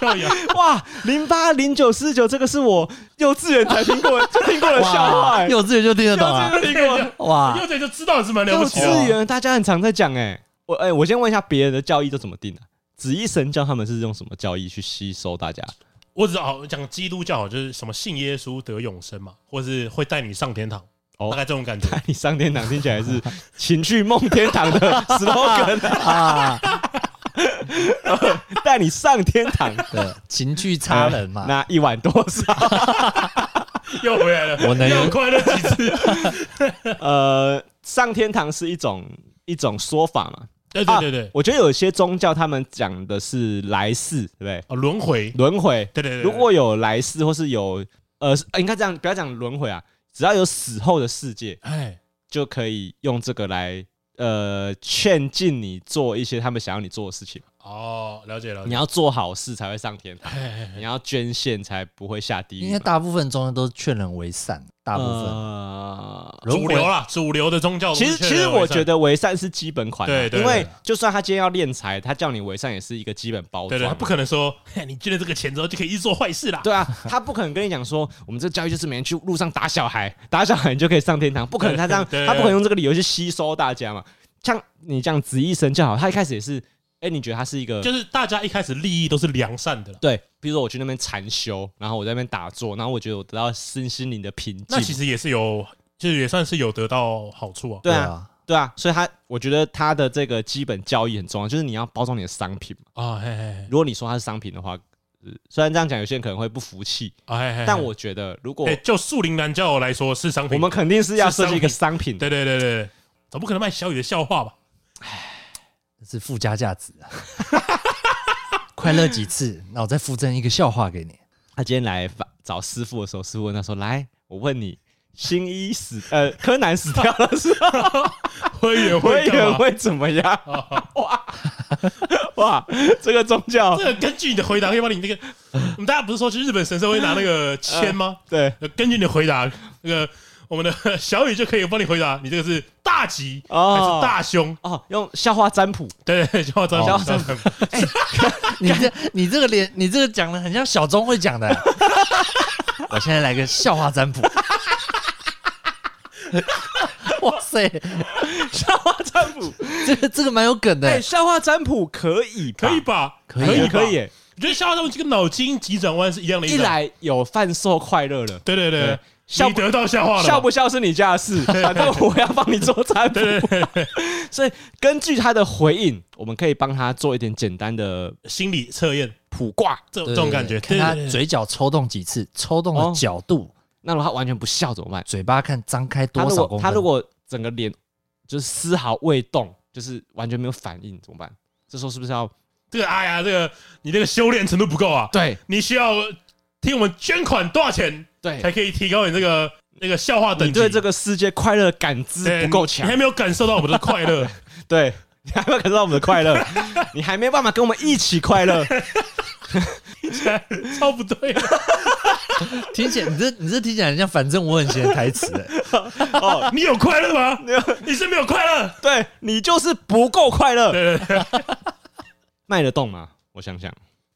S1: 教义啊，
S3: 哇，零八零九四九，这个是我幼稚园才听过 的就听过的笑话、
S2: 哇，
S3: 欸，
S2: 幼稚园就听得懂啊！
S3: 幼稚园就听过，
S2: 哇
S1: 幼，稚园就知道是蛮了不
S3: 幼
S1: 起的
S3: 稚园大家很常在讲哎、我哎、我先问一下别人的教义都怎么定的、啊？子一神教他们是用什么教义去吸收大家？
S1: 我只好讲基督教，就是什么信耶稣得永生嘛，或是会带你上天堂，
S3: 哦
S1: 大概这种 感觉。
S3: 带你上天堂听起来是情趣梦天堂的 slogan 啊， 呃带你上天堂，
S2: 对，情趣差人嘛，
S3: 那一碗多少？
S1: 又回来了，
S2: 我能
S1: 又快乐几次？
S3: 呃，上天堂是一种一种说法嘛？
S1: 对对对对
S3: 啊，我觉得有些宗教他们讲的是来世，对不对？
S1: 啊，轮回，
S3: 轮回，
S1: 对对对。对
S3: 如果有来世，或是有呃，是呃应该这样，不要讲轮回啊，只要有死后的世界，
S1: 哎，
S3: 就可以用这个来呃劝进你做一些他们想要你做的事情。
S1: 哦，了解了
S3: 你
S1: 解。
S3: 要做好事才会上天堂，
S1: 哎，
S3: 你要捐献才不会下地狱嘛。
S2: 应该大部分中间都是劝人为善，大部分
S3: 呃
S2: 轮
S1: 主流
S2: 回
S1: 啦，主流的宗教。
S3: 其实，其实我觉，得为善是基本款啊、
S1: 对对
S3: 因为
S1: 对
S3: 就算他今天要敛财，他叫你为善也是一个基本包
S1: 对
S3: 装
S1: 对，他
S3: 嘛。
S1: 不可能说，嘿，你捐了这个钱之后就可以一直做坏事啦。
S3: 对啊，他不可能跟你讲说，我们这个教育就是每天去路上打小孩， 打小孩你就可以上天堂，不可能他这样，
S1: 对对
S3: 他不可能用这个理由去吸收大家嘛。像你这样子一神就好，他一开始也是，哎、你觉得他是一个，
S1: 就是大家一开始利益都是良善的啦。
S3: 对，比如说我去那边禅修，然后我在那边打坐，然后我觉得我得到身心灵的平静。
S1: 那其实也是有，就是也算是有得到好处啊。
S3: 对啊，，对啊，所以他我觉得他的这个基本教义很重要，就是你要包装你的商品嘛。
S1: 啊，嘿嘿嘿
S3: 如果你说它是商品的话，呃虽然这样讲有些人可能会不服气，
S1: 啊，嘿嘿嘿
S3: 但我觉得如果
S1: 哎，就树林南教来说是商
S3: 我
S1: 品，
S3: 们肯定是要设计一个
S1: 是
S3: 商品的，
S1: 对对对对，对总不可能卖小雨的笑话 吧？
S2: 是附加价值啊。 快乐几次，那我再附赠一个笑话给你。
S3: 他啊今天来访找师傅的时候，师傅问他说：“来，我问你，新一死呃柯南死掉的时候，
S1: 会员
S3: 灰
S1: 会干
S3: 原
S1: 嘛？
S3: 会怎么样？”
S1: 哦
S3: 哇哇，这个宗教
S1: 这个根据你的回答，可以把你那个，我们大家不是说去日本神社会拿那个签吗？
S3: 对
S1: 根据你的回答，那个我们的小雨就可以帮你回答，你这个是大吉还
S3: 哦
S1: 是大凶？
S3: 哦，用笑话占卜，
S1: 对对对，就要张
S3: 哦
S1: 张
S2: 你这你这个脸，你这个讲的很像小钟会讲的。 我现在来个笑话占卜。 哇塞，
S3: 笑话占卜，
S2: 这个这个蛮有梗的、欸
S3: 哎、笑话占卜可以吧，哎
S1: 可以吧？
S2: 可以
S3: 可以
S1: 吧
S3: 可以。耶，
S1: 我觉得笑话这种这个脑筋急转弯是一样的意
S3: 一
S1: 思。，啊
S3: 来有贩售快乐了。
S1: 对对对
S3: 对，笑
S1: 你
S3: 不
S1: 得到笑话了吧，
S3: 笑不笑是你家的 事，反正我要帮你做占卜。 所以根据他的回应，我们可以帮他做一点简单的
S1: 心理测验
S3: 卜卦。
S1: 这
S2: 对
S1: 这种感觉，
S2: 看
S1: 对
S2: 他
S1: 对对
S2: 嘴角抽动几次，抽动
S3: 哦
S2: 的角度，
S3: 那如果他完全不笑怎么办？
S2: 嘴巴看张开
S3: 他
S2: 多
S3: 如
S2: 少公
S3: 果
S2: 分。
S3: 他如果整个脸就是丝毫未动，就是完全没有反应怎么办？这时候是不是要
S1: 这个哎呀，这个你这个修炼程度不够啊，
S3: 对
S1: 你需要听我们捐款多少钱才
S3: 对？
S1: 可以提高你这个那个笑话等
S3: 你
S1: 级？
S3: 对这个世界快乐的感
S1: 对
S3: 知不够
S1: 你
S3: 强
S1: 还，没有感受到我们的快 乐。
S3: 对你还没有感受到我们的快乐，你还没有办法跟我们一起快乐。
S1: 超不对，啊
S2: 听起来，你这你这听起来很像反正我很闲的台词、 哎
S1: 你有快乐吗？你是没有快乐。
S3: 对你就是不够快乐，
S1: 对对对，
S3: 卖得动吗？我想想，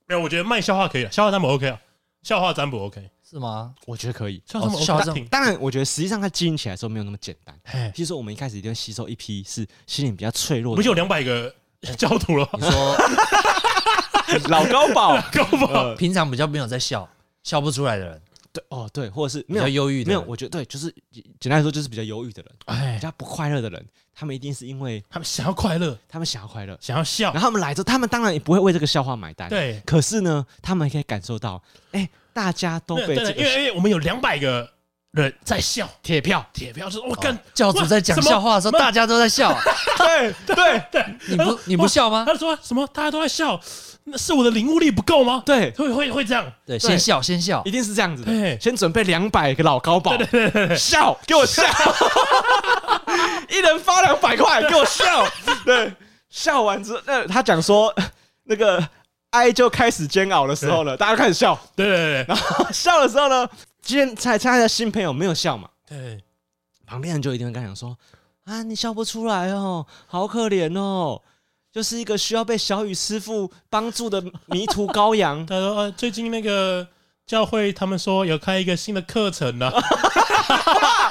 S1: 没有，我觉得卖笑话可以了，笑话占卜 OK 啊，笑话占卜 OK，
S2: 是吗？
S3: 我觉得可以。
S1: 笑话占
S2: 哦
S1: 卜
S2: 笑话
S1: OK，
S2: 占卜
S1: 挺
S3: 当然，我觉得实际上它经营起来的时候没有那么简单。
S1: 哎，
S3: 譬如说，我们一开始一定会吸收一批是心灵比较脆
S1: 我
S3: 弱的
S1: 们 就有
S3: 人，
S1: 两百个 教徒了，
S2: 你说
S3: 老高宝，
S1: 够不好？
S3: 呃，
S2: 平常比较没有在笑，笑不出来的人，
S3: 对哦，对，或者是
S2: 比
S3: 没
S2: 较
S3: 有
S2: 忧郁的
S3: 没有，
S2: 人，
S3: 我觉得对，就是简单来说，就是比较忧郁的人，比
S1: 哎，
S3: 较不快乐的人，他们一定是因为
S1: 他们想要快乐，
S3: 他们想要快乐，
S1: 想要笑
S3: 然，后他们来之后，他们当然也不会为这个笑话买单。，
S1: 哦对，
S3: 可是呢，他们可以感受到，哎，大家都
S1: 对
S3: 被
S1: 对
S3: 这
S1: 因为
S3: 个
S1: 因为我们有两百个人在笑，
S3: 铁票，
S1: 铁票就是我干。
S2: 教主在讲
S1: 哇什么
S2: 笑话的时候，
S1: 妈
S2: 大家都在笑啊，
S3: 对 对
S2: 你不你不笑吗
S1: 他？说什么？大家都在笑，那是我的领悟力不够吗？
S3: 对，
S1: 会会会这样，
S2: 对，先笑先笑
S3: 一，定是这样子
S1: 对
S3: 的。先准备两百个老高宝，笑，给我笑， 一人发两百块，给我笑。对，笑完之后，那他讲说 那个哀就开始煎熬的时候了，大家都开始笑，
S1: 对对对
S3: 笑的时候呢，今天才参加的新朋友没有笑嘛，
S1: 对，
S3: 旁边人就一定会跟他讲说：“啊，你笑不出来哦，好可怜哦，就是一个需要被小雨师傅帮助的迷途羔 羊。
S1: 他说呃，最近那个教会他们说有开一个新的课程啊呢，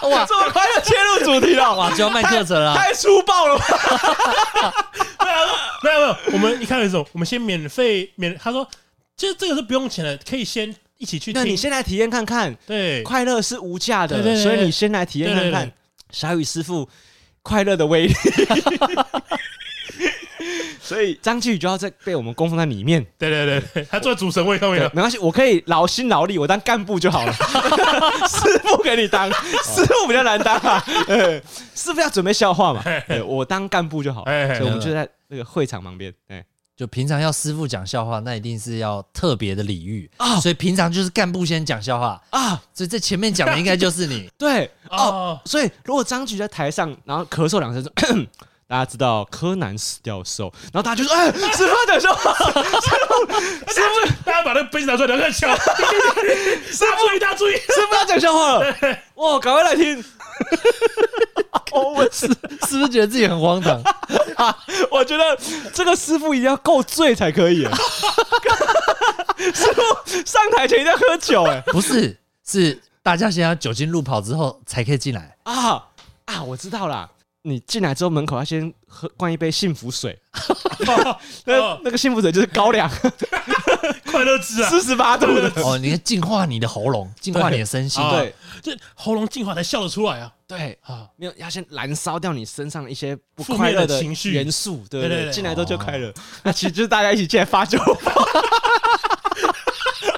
S2: 哇
S3: 这么快就切入主题 了，
S2: 哇，就要卖课程了啊，
S3: 太粗暴了吧！
S1: 没有没有，我们一开始说我们先免费免，他说其实这个是不用钱的，可以先一起去
S3: 那你
S1: 听，
S3: 先来体验看看，
S1: 对
S3: 快乐是无价的，
S1: 对对对
S3: 所以你先来体验看
S1: 对对
S3: 看小雨师傅快乐的 威力。所以张继宇就要在被我们供奉在里面，
S1: 对对对对，他坐在主神位上面
S3: 对，
S1: 了，
S3: 没关系，我可以劳心劳力，我当干部就 好了。师傅给你
S1: 哦
S3: 当，师傅比较难当 啊。呃师傅要准备笑话嘛，对我当干部就好
S1: 哎哎
S3: 了。所以我们就在那个会场旁边，哎，
S2: 就平常要师傅讲笑话，那一定是要特别的礼遇
S3: 啊
S2: 所以平常就是干部先讲笑话，
S3: 啊，
S2: 所以这前面讲的应该就是你
S3: 对哦。
S1: 哦，
S3: 所以如果张局在台上，然后咳嗽两声说。 咳大家知道柯南死掉兽，然后大家就说：“哎，师傅讲笑话，师傅，师傅，
S1: 大家把那个杯子拿出来，两个抢，师傅，大家注意，
S3: 师傅要讲笑话了，哇，赶快来听。”我
S2: 是 是不是觉得自己很荒唐？
S3: 我觉得这个师傅一定要够醉才可以。哎 师傅上台前一定要喝酒，哎
S2: 不是，是大家先要酒精路跑之后才可以进来。
S3: 啊啊，我知道啦。你进来之后，门口要先喝灌一杯幸福水，那
S1: 哦
S3: 那个幸福水就是高粱，
S1: 快乐汁啊，
S3: 四十八度的。
S2: 哦，你要净化你的喉咙，净化你的身心。
S1: 对
S3: 对
S1: 这喉咙净化才笑得出来啊，
S3: 对，
S1: 啊，
S3: 没有要先燃烧掉你身上一些不
S1: 负
S3: 快
S1: 面的
S3: 乐的
S1: 情绪
S3: 元素，对不
S1: 对对
S3: 对？
S1: 对哦
S3: 进来之后就快乐， 那其实就是大家一起进来发酒疯，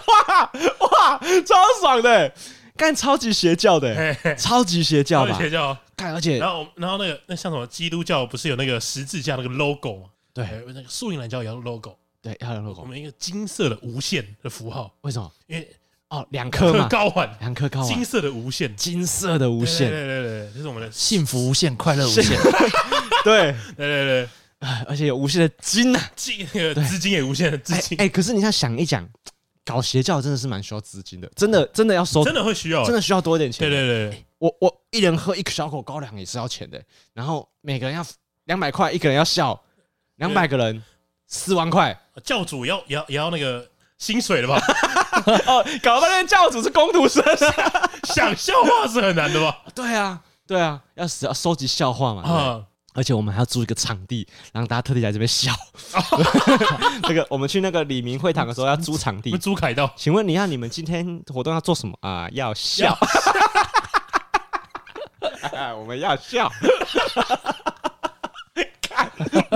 S3: 哇哇，超爽的，干超级邪教的，
S1: 嘿嘿
S3: 超级邪教
S1: 然后
S3: 吧
S1: 以？前叫，
S3: 干，而且
S1: 然后然后那个那像什么基督教不是有那个十字架那个 logo 吗？
S3: 对
S1: 哎那个素云兰教也要 logo，
S3: 对要有
S1: 我
S3: logo，
S1: 们一个金色的无限的符号，
S3: 为什么？
S1: 因为
S3: 哦，两颗
S1: 刻
S3: 嘛，
S1: 高环，
S3: 两颗高啊，
S1: 金色的无限，
S3: 金色的无
S1: 对
S3: 限，
S1: 对对对，这是我们的，
S2: 幸福无限，快乐无限，
S3: 对，
S1: 对对 对，
S3: 哎而且有无限的金呐。
S1: 金那个资金也无限，资
S3: 哎
S1: 金
S3: 哎，可是你想想一想，搞邪教真的是蛮需要资金的，真的真的要收，
S1: 真的会需要，
S3: 真的需要多一点
S1: 对，
S3: 钱的。
S1: 对对对，
S3: 我我一人喝一小口高粱也是要钱的，然后每个人要两百块，一个人要笑，两百个人四万块。
S1: 教主要也要也要那个薪水的吧？
S3: 哦，搞了半天教主是工读生。啊
S1: 想笑话是很难的吧？
S3: 对啊，对啊，要死要收集笑话嘛。对
S1: 啊，
S3: 而且我们还要租一个场地，让大家特地来这边笑。 那个我们去那个李明会堂的时候要哦租场
S1: 我
S3: 地
S1: 们。朱凯道，
S3: 请问你要你们今天活动要做什么啊、要笑。哎我们要笑。 看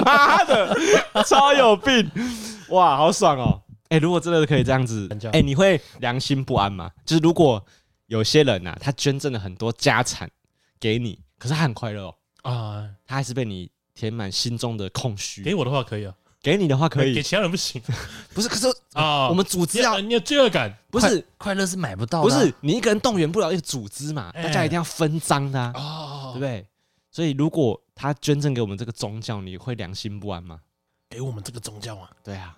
S3: 妈的，超有病！哇，好爽哦！哎、如果真的可以这样子，哎、你会良心不安吗？就是如果有些人呐、啊，他捐赠了很多家产给你，可是他很快乐哦，
S1: 啊，
S3: 他还是被你填满心中的空虚。
S1: 给
S3: 给
S1: 我的话可以啊，
S3: 你的话可
S1: 给
S3: 以，
S1: 其他人不行
S3: 不是？可是
S1: 啊。
S3: 我们组
S1: 你
S3: 织要
S1: 要你有罪恶感
S3: 不是
S2: 快乐是买不到
S3: 不
S2: 的啊。
S3: 是你一个人动员不了一个组织嘛，
S1: 哎
S3: 大家一定要分赃的、啊，对
S1: 哦
S3: 不，对？所以如果他捐赠给我们这个宗教，你会良心不安吗？
S1: 给我们这个宗教啊，
S3: 对啊，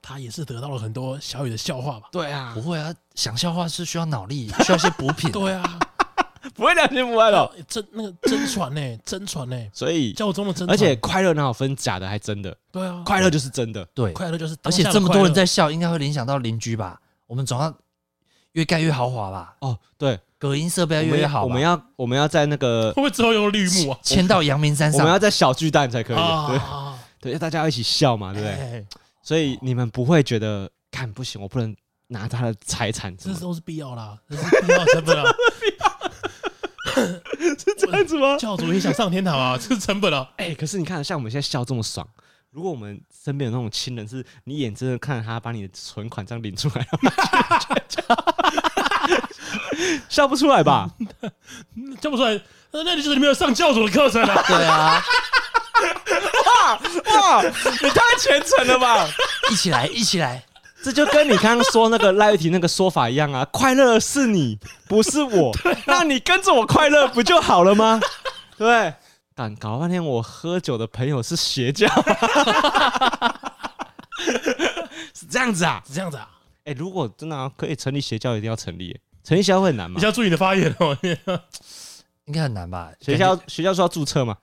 S1: 他也是得到了很多小雨的笑 话吧？
S3: 对啊
S2: 不，会啊，想笑话是需要脑力，需要一些补品。
S1: 对啊，
S3: 不会良心不安哦。
S1: 哎真那个真传呢，真传呢，
S3: 所以，
S1: 教宗的真传，
S3: 而且快乐哪有分假的还真的，
S1: 对啊，
S3: 快乐就是真的。
S2: 对，
S1: 快乐就是
S2: 而
S1: 当
S2: 且
S1: 下的
S2: 这么多
S1: 快
S2: 人
S1: 乐
S2: 在笑，应该会影响到邻居吧？我们总要越盖越豪华吧？
S3: 哦，对，
S2: 隔音设备要
S3: 我
S2: 越来
S3: 们
S2: 越
S3: 要
S2: 好吧
S3: 我们要我们要在那个
S1: 会不会之后用绿幕啊？
S2: 迁到阳明山
S3: 我们要
S2: 上。
S3: 在小巨蛋才可以，对
S1: 啊，
S3: 对，要大家一起笑嘛，对不对？
S1: 哎
S3: 所以你们不会觉得，看不行，我不能拿他的财产什
S1: 这
S3: 么的，
S1: 都是必要啦，这是必要成本啊。
S3: 是这样子吗？
S1: 教主也想上天堂啊，这是成本啊。
S3: 哎、可是你看，像我们现在笑这么爽，如果我们身边有那种亲人，是你眼睁睁看着他把你的存款这样领出来， 笑不出来吧？
S1: 叫不出来，那那你就是你没有上教主的课程啊！
S2: 对啊，
S3: 哇，你太虔诚了吧！
S2: 一起来，一起来，
S3: 这就跟你刚刚说那个赖玉婷那个说法一样啊，快乐的是你，不是 我。那你跟着我快乐不就好了吗？对不对，但搞了半天，我喝酒的朋友是邪教， 是这样子啊？
S1: 是这样子啊？
S3: 哎、如果真的、啊、可以成立邪教，一定要成立耶。成立邪教会很难吗
S1: 你需？要注意你的发言哦。
S2: 应该很难吧？
S3: 学
S2: 感
S3: 校
S2: 觉
S3: 学校需要注册吗？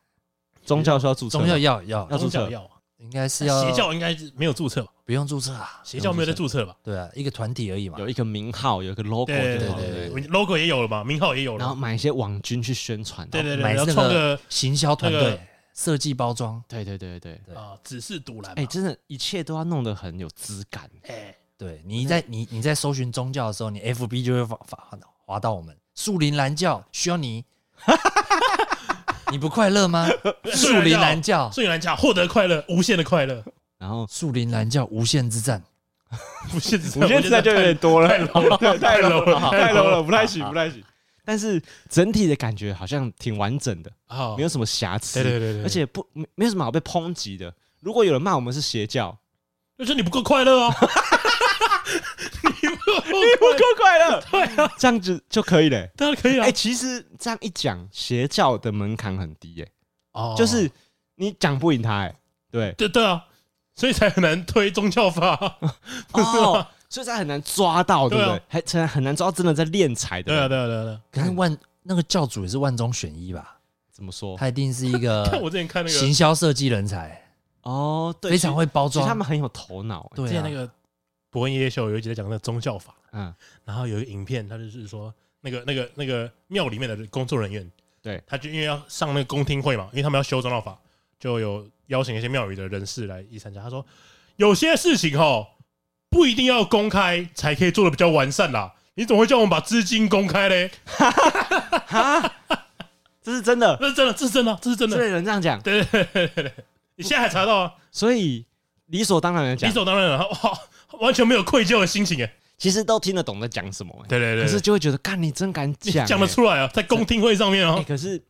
S3: 宗教需要注册吗？
S2: 宗教要要
S3: 要注册
S1: 宗教 要啊，
S2: 应该是要
S1: 邪教应该是没有注册吧？
S2: 不用注册啊，
S1: 邪教没有在注册吧？
S2: 对啊，一个团体而已嘛。
S3: 有一个名号，有一个 logo，
S1: 对
S3: 就好了
S2: 对对
S1: 对，logo 也有了嘛，名号也有
S3: 然后
S1: 了，
S3: 买一些网军去宣传。
S1: 对对对，
S2: 买
S1: 然后
S2: 那
S1: 创
S2: 个
S1: 个
S2: 行销团
S1: 那
S2: 队
S1: 个
S2: 设计包装，
S3: 对对对对。
S2: 对
S1: 啊，只是堵拦嘛。
S3: 哎、真的，一切都要弄得很有质感。
S1: 哎，
S2: 对你在你你在搜寻宗教的时候，你 FB 就会滑滑滑到我们树林蓝教需 要你，你不快乐吗？树林蓝教，
S1: 所以来讲，获得快乐，无限的快乐，
S3: 然后
S2: 树林蓝教无限之战，
S1: 无限之
S3: 我觉得实在就有点多了，太 low 了，太
S1: low 了
S3: 太 low 了，
S1: 好
S3: 不太行，不太行。但是整体的感觉好像挺完整的，
S1: 啊
S3: 没有什么瑕疵，
S1: 对对对对，
S3: 而且不没没有什么好被抨击的。如果有人骂我们是邪教，
S1: 就是你不够快乐啊，你不够快乐，
S3: 快乐，
S1: 对啊，
S3: 这样子就可以了。
S1: 当然可以啊
S3: 哎、，其实这样一讲，邪教的门槛很低、耶，
S1: 哦
S3: 就是你讲不赢他、哎，对，
S1: 对对啊，所以才很难推宗教法，
S3: 哦，所以才很难抓到，对不
S1: 对
S3: 对
S1: 啊？
S3: 还才很难抓到真的在练财的
S1: 对
S3: 人。
S1: 啊对啊对啊对啊。
S2: 可是
S3: 干
S2: 万那个教主也是万中选一吧？
S3: 怎么说？
S2: 他一定是 一
S1: 看哦我
S2: 个
S1: 之前看那个
S2: 行销设计人才，
S3: 哦，对，
S2: 非常会包
S3: 其实
S2: 装
S3: 他。们很有头脑、欸。
S2: 对
S1: 之
S2: 啊
S1: 前那，个伯恩夜夜秀有一集在讲那个宗教法，
S3: 嗯，
S1: 然后有一个影片，他就是说那个那个那个庙里面的工作人员，
S3: 对
S1: 他就因为要上那个公听会嘛，因为他们要修宗教法，就有邀请一些庙宇的人士来一起参加。他说有些事情哈不一定要公开才可以做的比较完善啦，你怎么会叫我们把资金公开嘞？
S3: 这是真的，
S1: 这是真的，这是真的，这是真
S3: 所
S1: 的。
S3: 以人这样讲，
S1: 对对对对对，你现在还查到啊？
S3: 所以理所当然的
S1: 理
S3: 讲，
S1: 所当然了，哇，完全没有愧疚的心情哎。
S3: 其实都听得懂在讲什么、欸。
S1: 对对对，
S3: 可是就会觉得，干你真敢
S1: 你
S3: 讲、欸，
S1: 讲得出来啊，在公听会上面
S3: 哎、
S1: 哦，
S3: 可是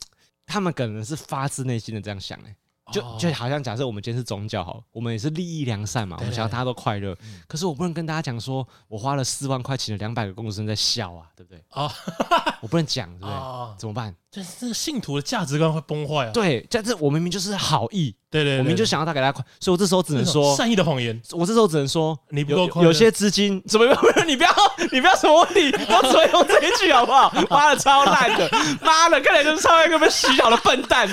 S3: 他们可能是发自内心的这样想、欸，就
S1: 哦
S3: 就好像假设我们今天是宗教好了，我们也是利益良善嘛，我们想要大家都快乐。
S1: 嗯
S3: 可是我不能跟大家讲说，我花了四万块请了两百个工读生在笑啊，对不对？
S1: 哦
S3: 我不能讲，对不对？
S1: 哦
S3: 怎么办？
S1: 就是这个信徒的价值观会崩坏啊。
S3: 对，但是我明明就是好意，
S1: 对对，
S3: 我明明就
S1: 想
S3: 想要他给大家快，所以我这时候只能说，
S1: 善意的谎言，
S3: 我这时候只能说，
S1: 你不
S3: 有
S1: 够
S3: 有
S1: 快乐
S3: 有些资金怎么没有？你不要，你不要什么问题，都只会用这一句好不好？妈的，超烂的，妈的，看起来就是超一个被洗脑的笨蛋。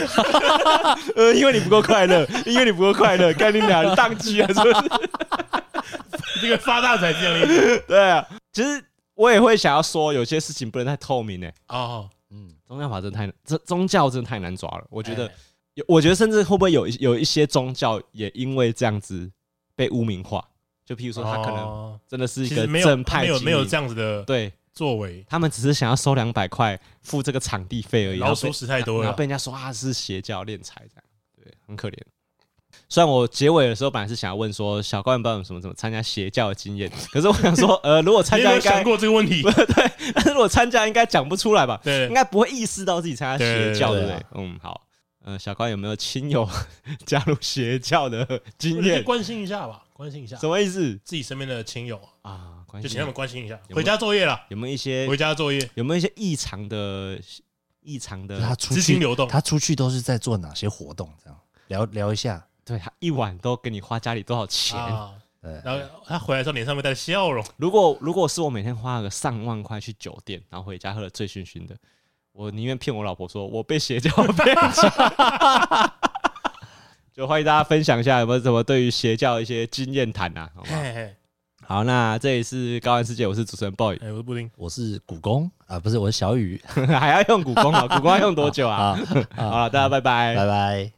S3: 呃，因为你不够快乐，因为你不够快乐，干你俩宕机啊，是不是？
S1: 这个发大财这样的
S3: 对啊，其实我也会想要说，有些事情不能太透明诶、欸
S1: 哦，
S2: 嗯，
S3: 宗教法真的太难，这宗教真的太难抓了。我觉得
S1: 哎，
S3: 有我觉得甚至会不会有一有一些宗教也因为这样子被污名化？就譬如说，他可能
S1: 哦
S3: 真的是
S1: 其
S3: 一
S1: 实
S3: 个
S1: 没有
S3: 正派
S1: 没有
S3: 精
S1: 没有
S3: 英
S1: 这样子的
S3: 对
S1: 作为，
S3: 他们只是想要收两百块付这个场地费而已，
S1: 老鼠
S3: 然后被
S1: 屎太多
S3: 然
S1: 了
S3: 后被，人家说啊是邪教敛财这样，对，很可怜。虽然我结尾的时候本来是想要问说小高有没有什么怎么参加邪教的经验，可是我想说，呃，如果 参
S1: 你有没
S3: 加
S1: 有
S3: 应
S1: 想
S3: 该，
S1: 过这个问 题？
S3: 但是我参加应该讲不出来吧，
S1: 对啊
S3: 应，该不会意识到自己参加邪教，对
S2: 对
S3: 不
S2: 对
S3: 对
S2: 对？
S3: 嗯，好，呃，小高有没有亲友 加入邪教的经
S1: 我觉得
S3: 验？
S1: 关心一下吧，关心一下
S3: 什么意思
S1: 自己身边的亲友，
S3: 啊？关
S1: 就
S3: 系
S1: 请他们关心一下，
S3: 有哎
S1: 回家作业啦，
S3: 有没有一些
S1: 回家作业，
S3: 有没有一些异常的异常的
S2: 就他出
S1: 资金
S2: 去
S1: 流动，
S2: 他出去都是在做哪些活动？这样聊聊一下，
S3: 对他一晚都给你花家里多少钱？
S1: 啊，
S2: 对，
S1: 然后他回来之后脸上面带着笑容，
S3: 如果如果是我每天花个上万块去酒店，然后回家喝的醉醺醺的，我宁愿骗我老婆说我被 邪教骗钱。就欢迎大家分享一下有没有什么对于邪教一些经验谈啊，好不
S1: 嘿
S3: 好？
S1: 嘿，
S3: 好，那这里是高玩世界，我是主持人 boy，
S1: 哎，我是布丁，
S2: 我是古公啊，不是我是小雨，
S3: 还要用古公啊，古公要用多久啊？
S2: 啊，
S3: 好了，大家拜拜
S2: 拜。拜。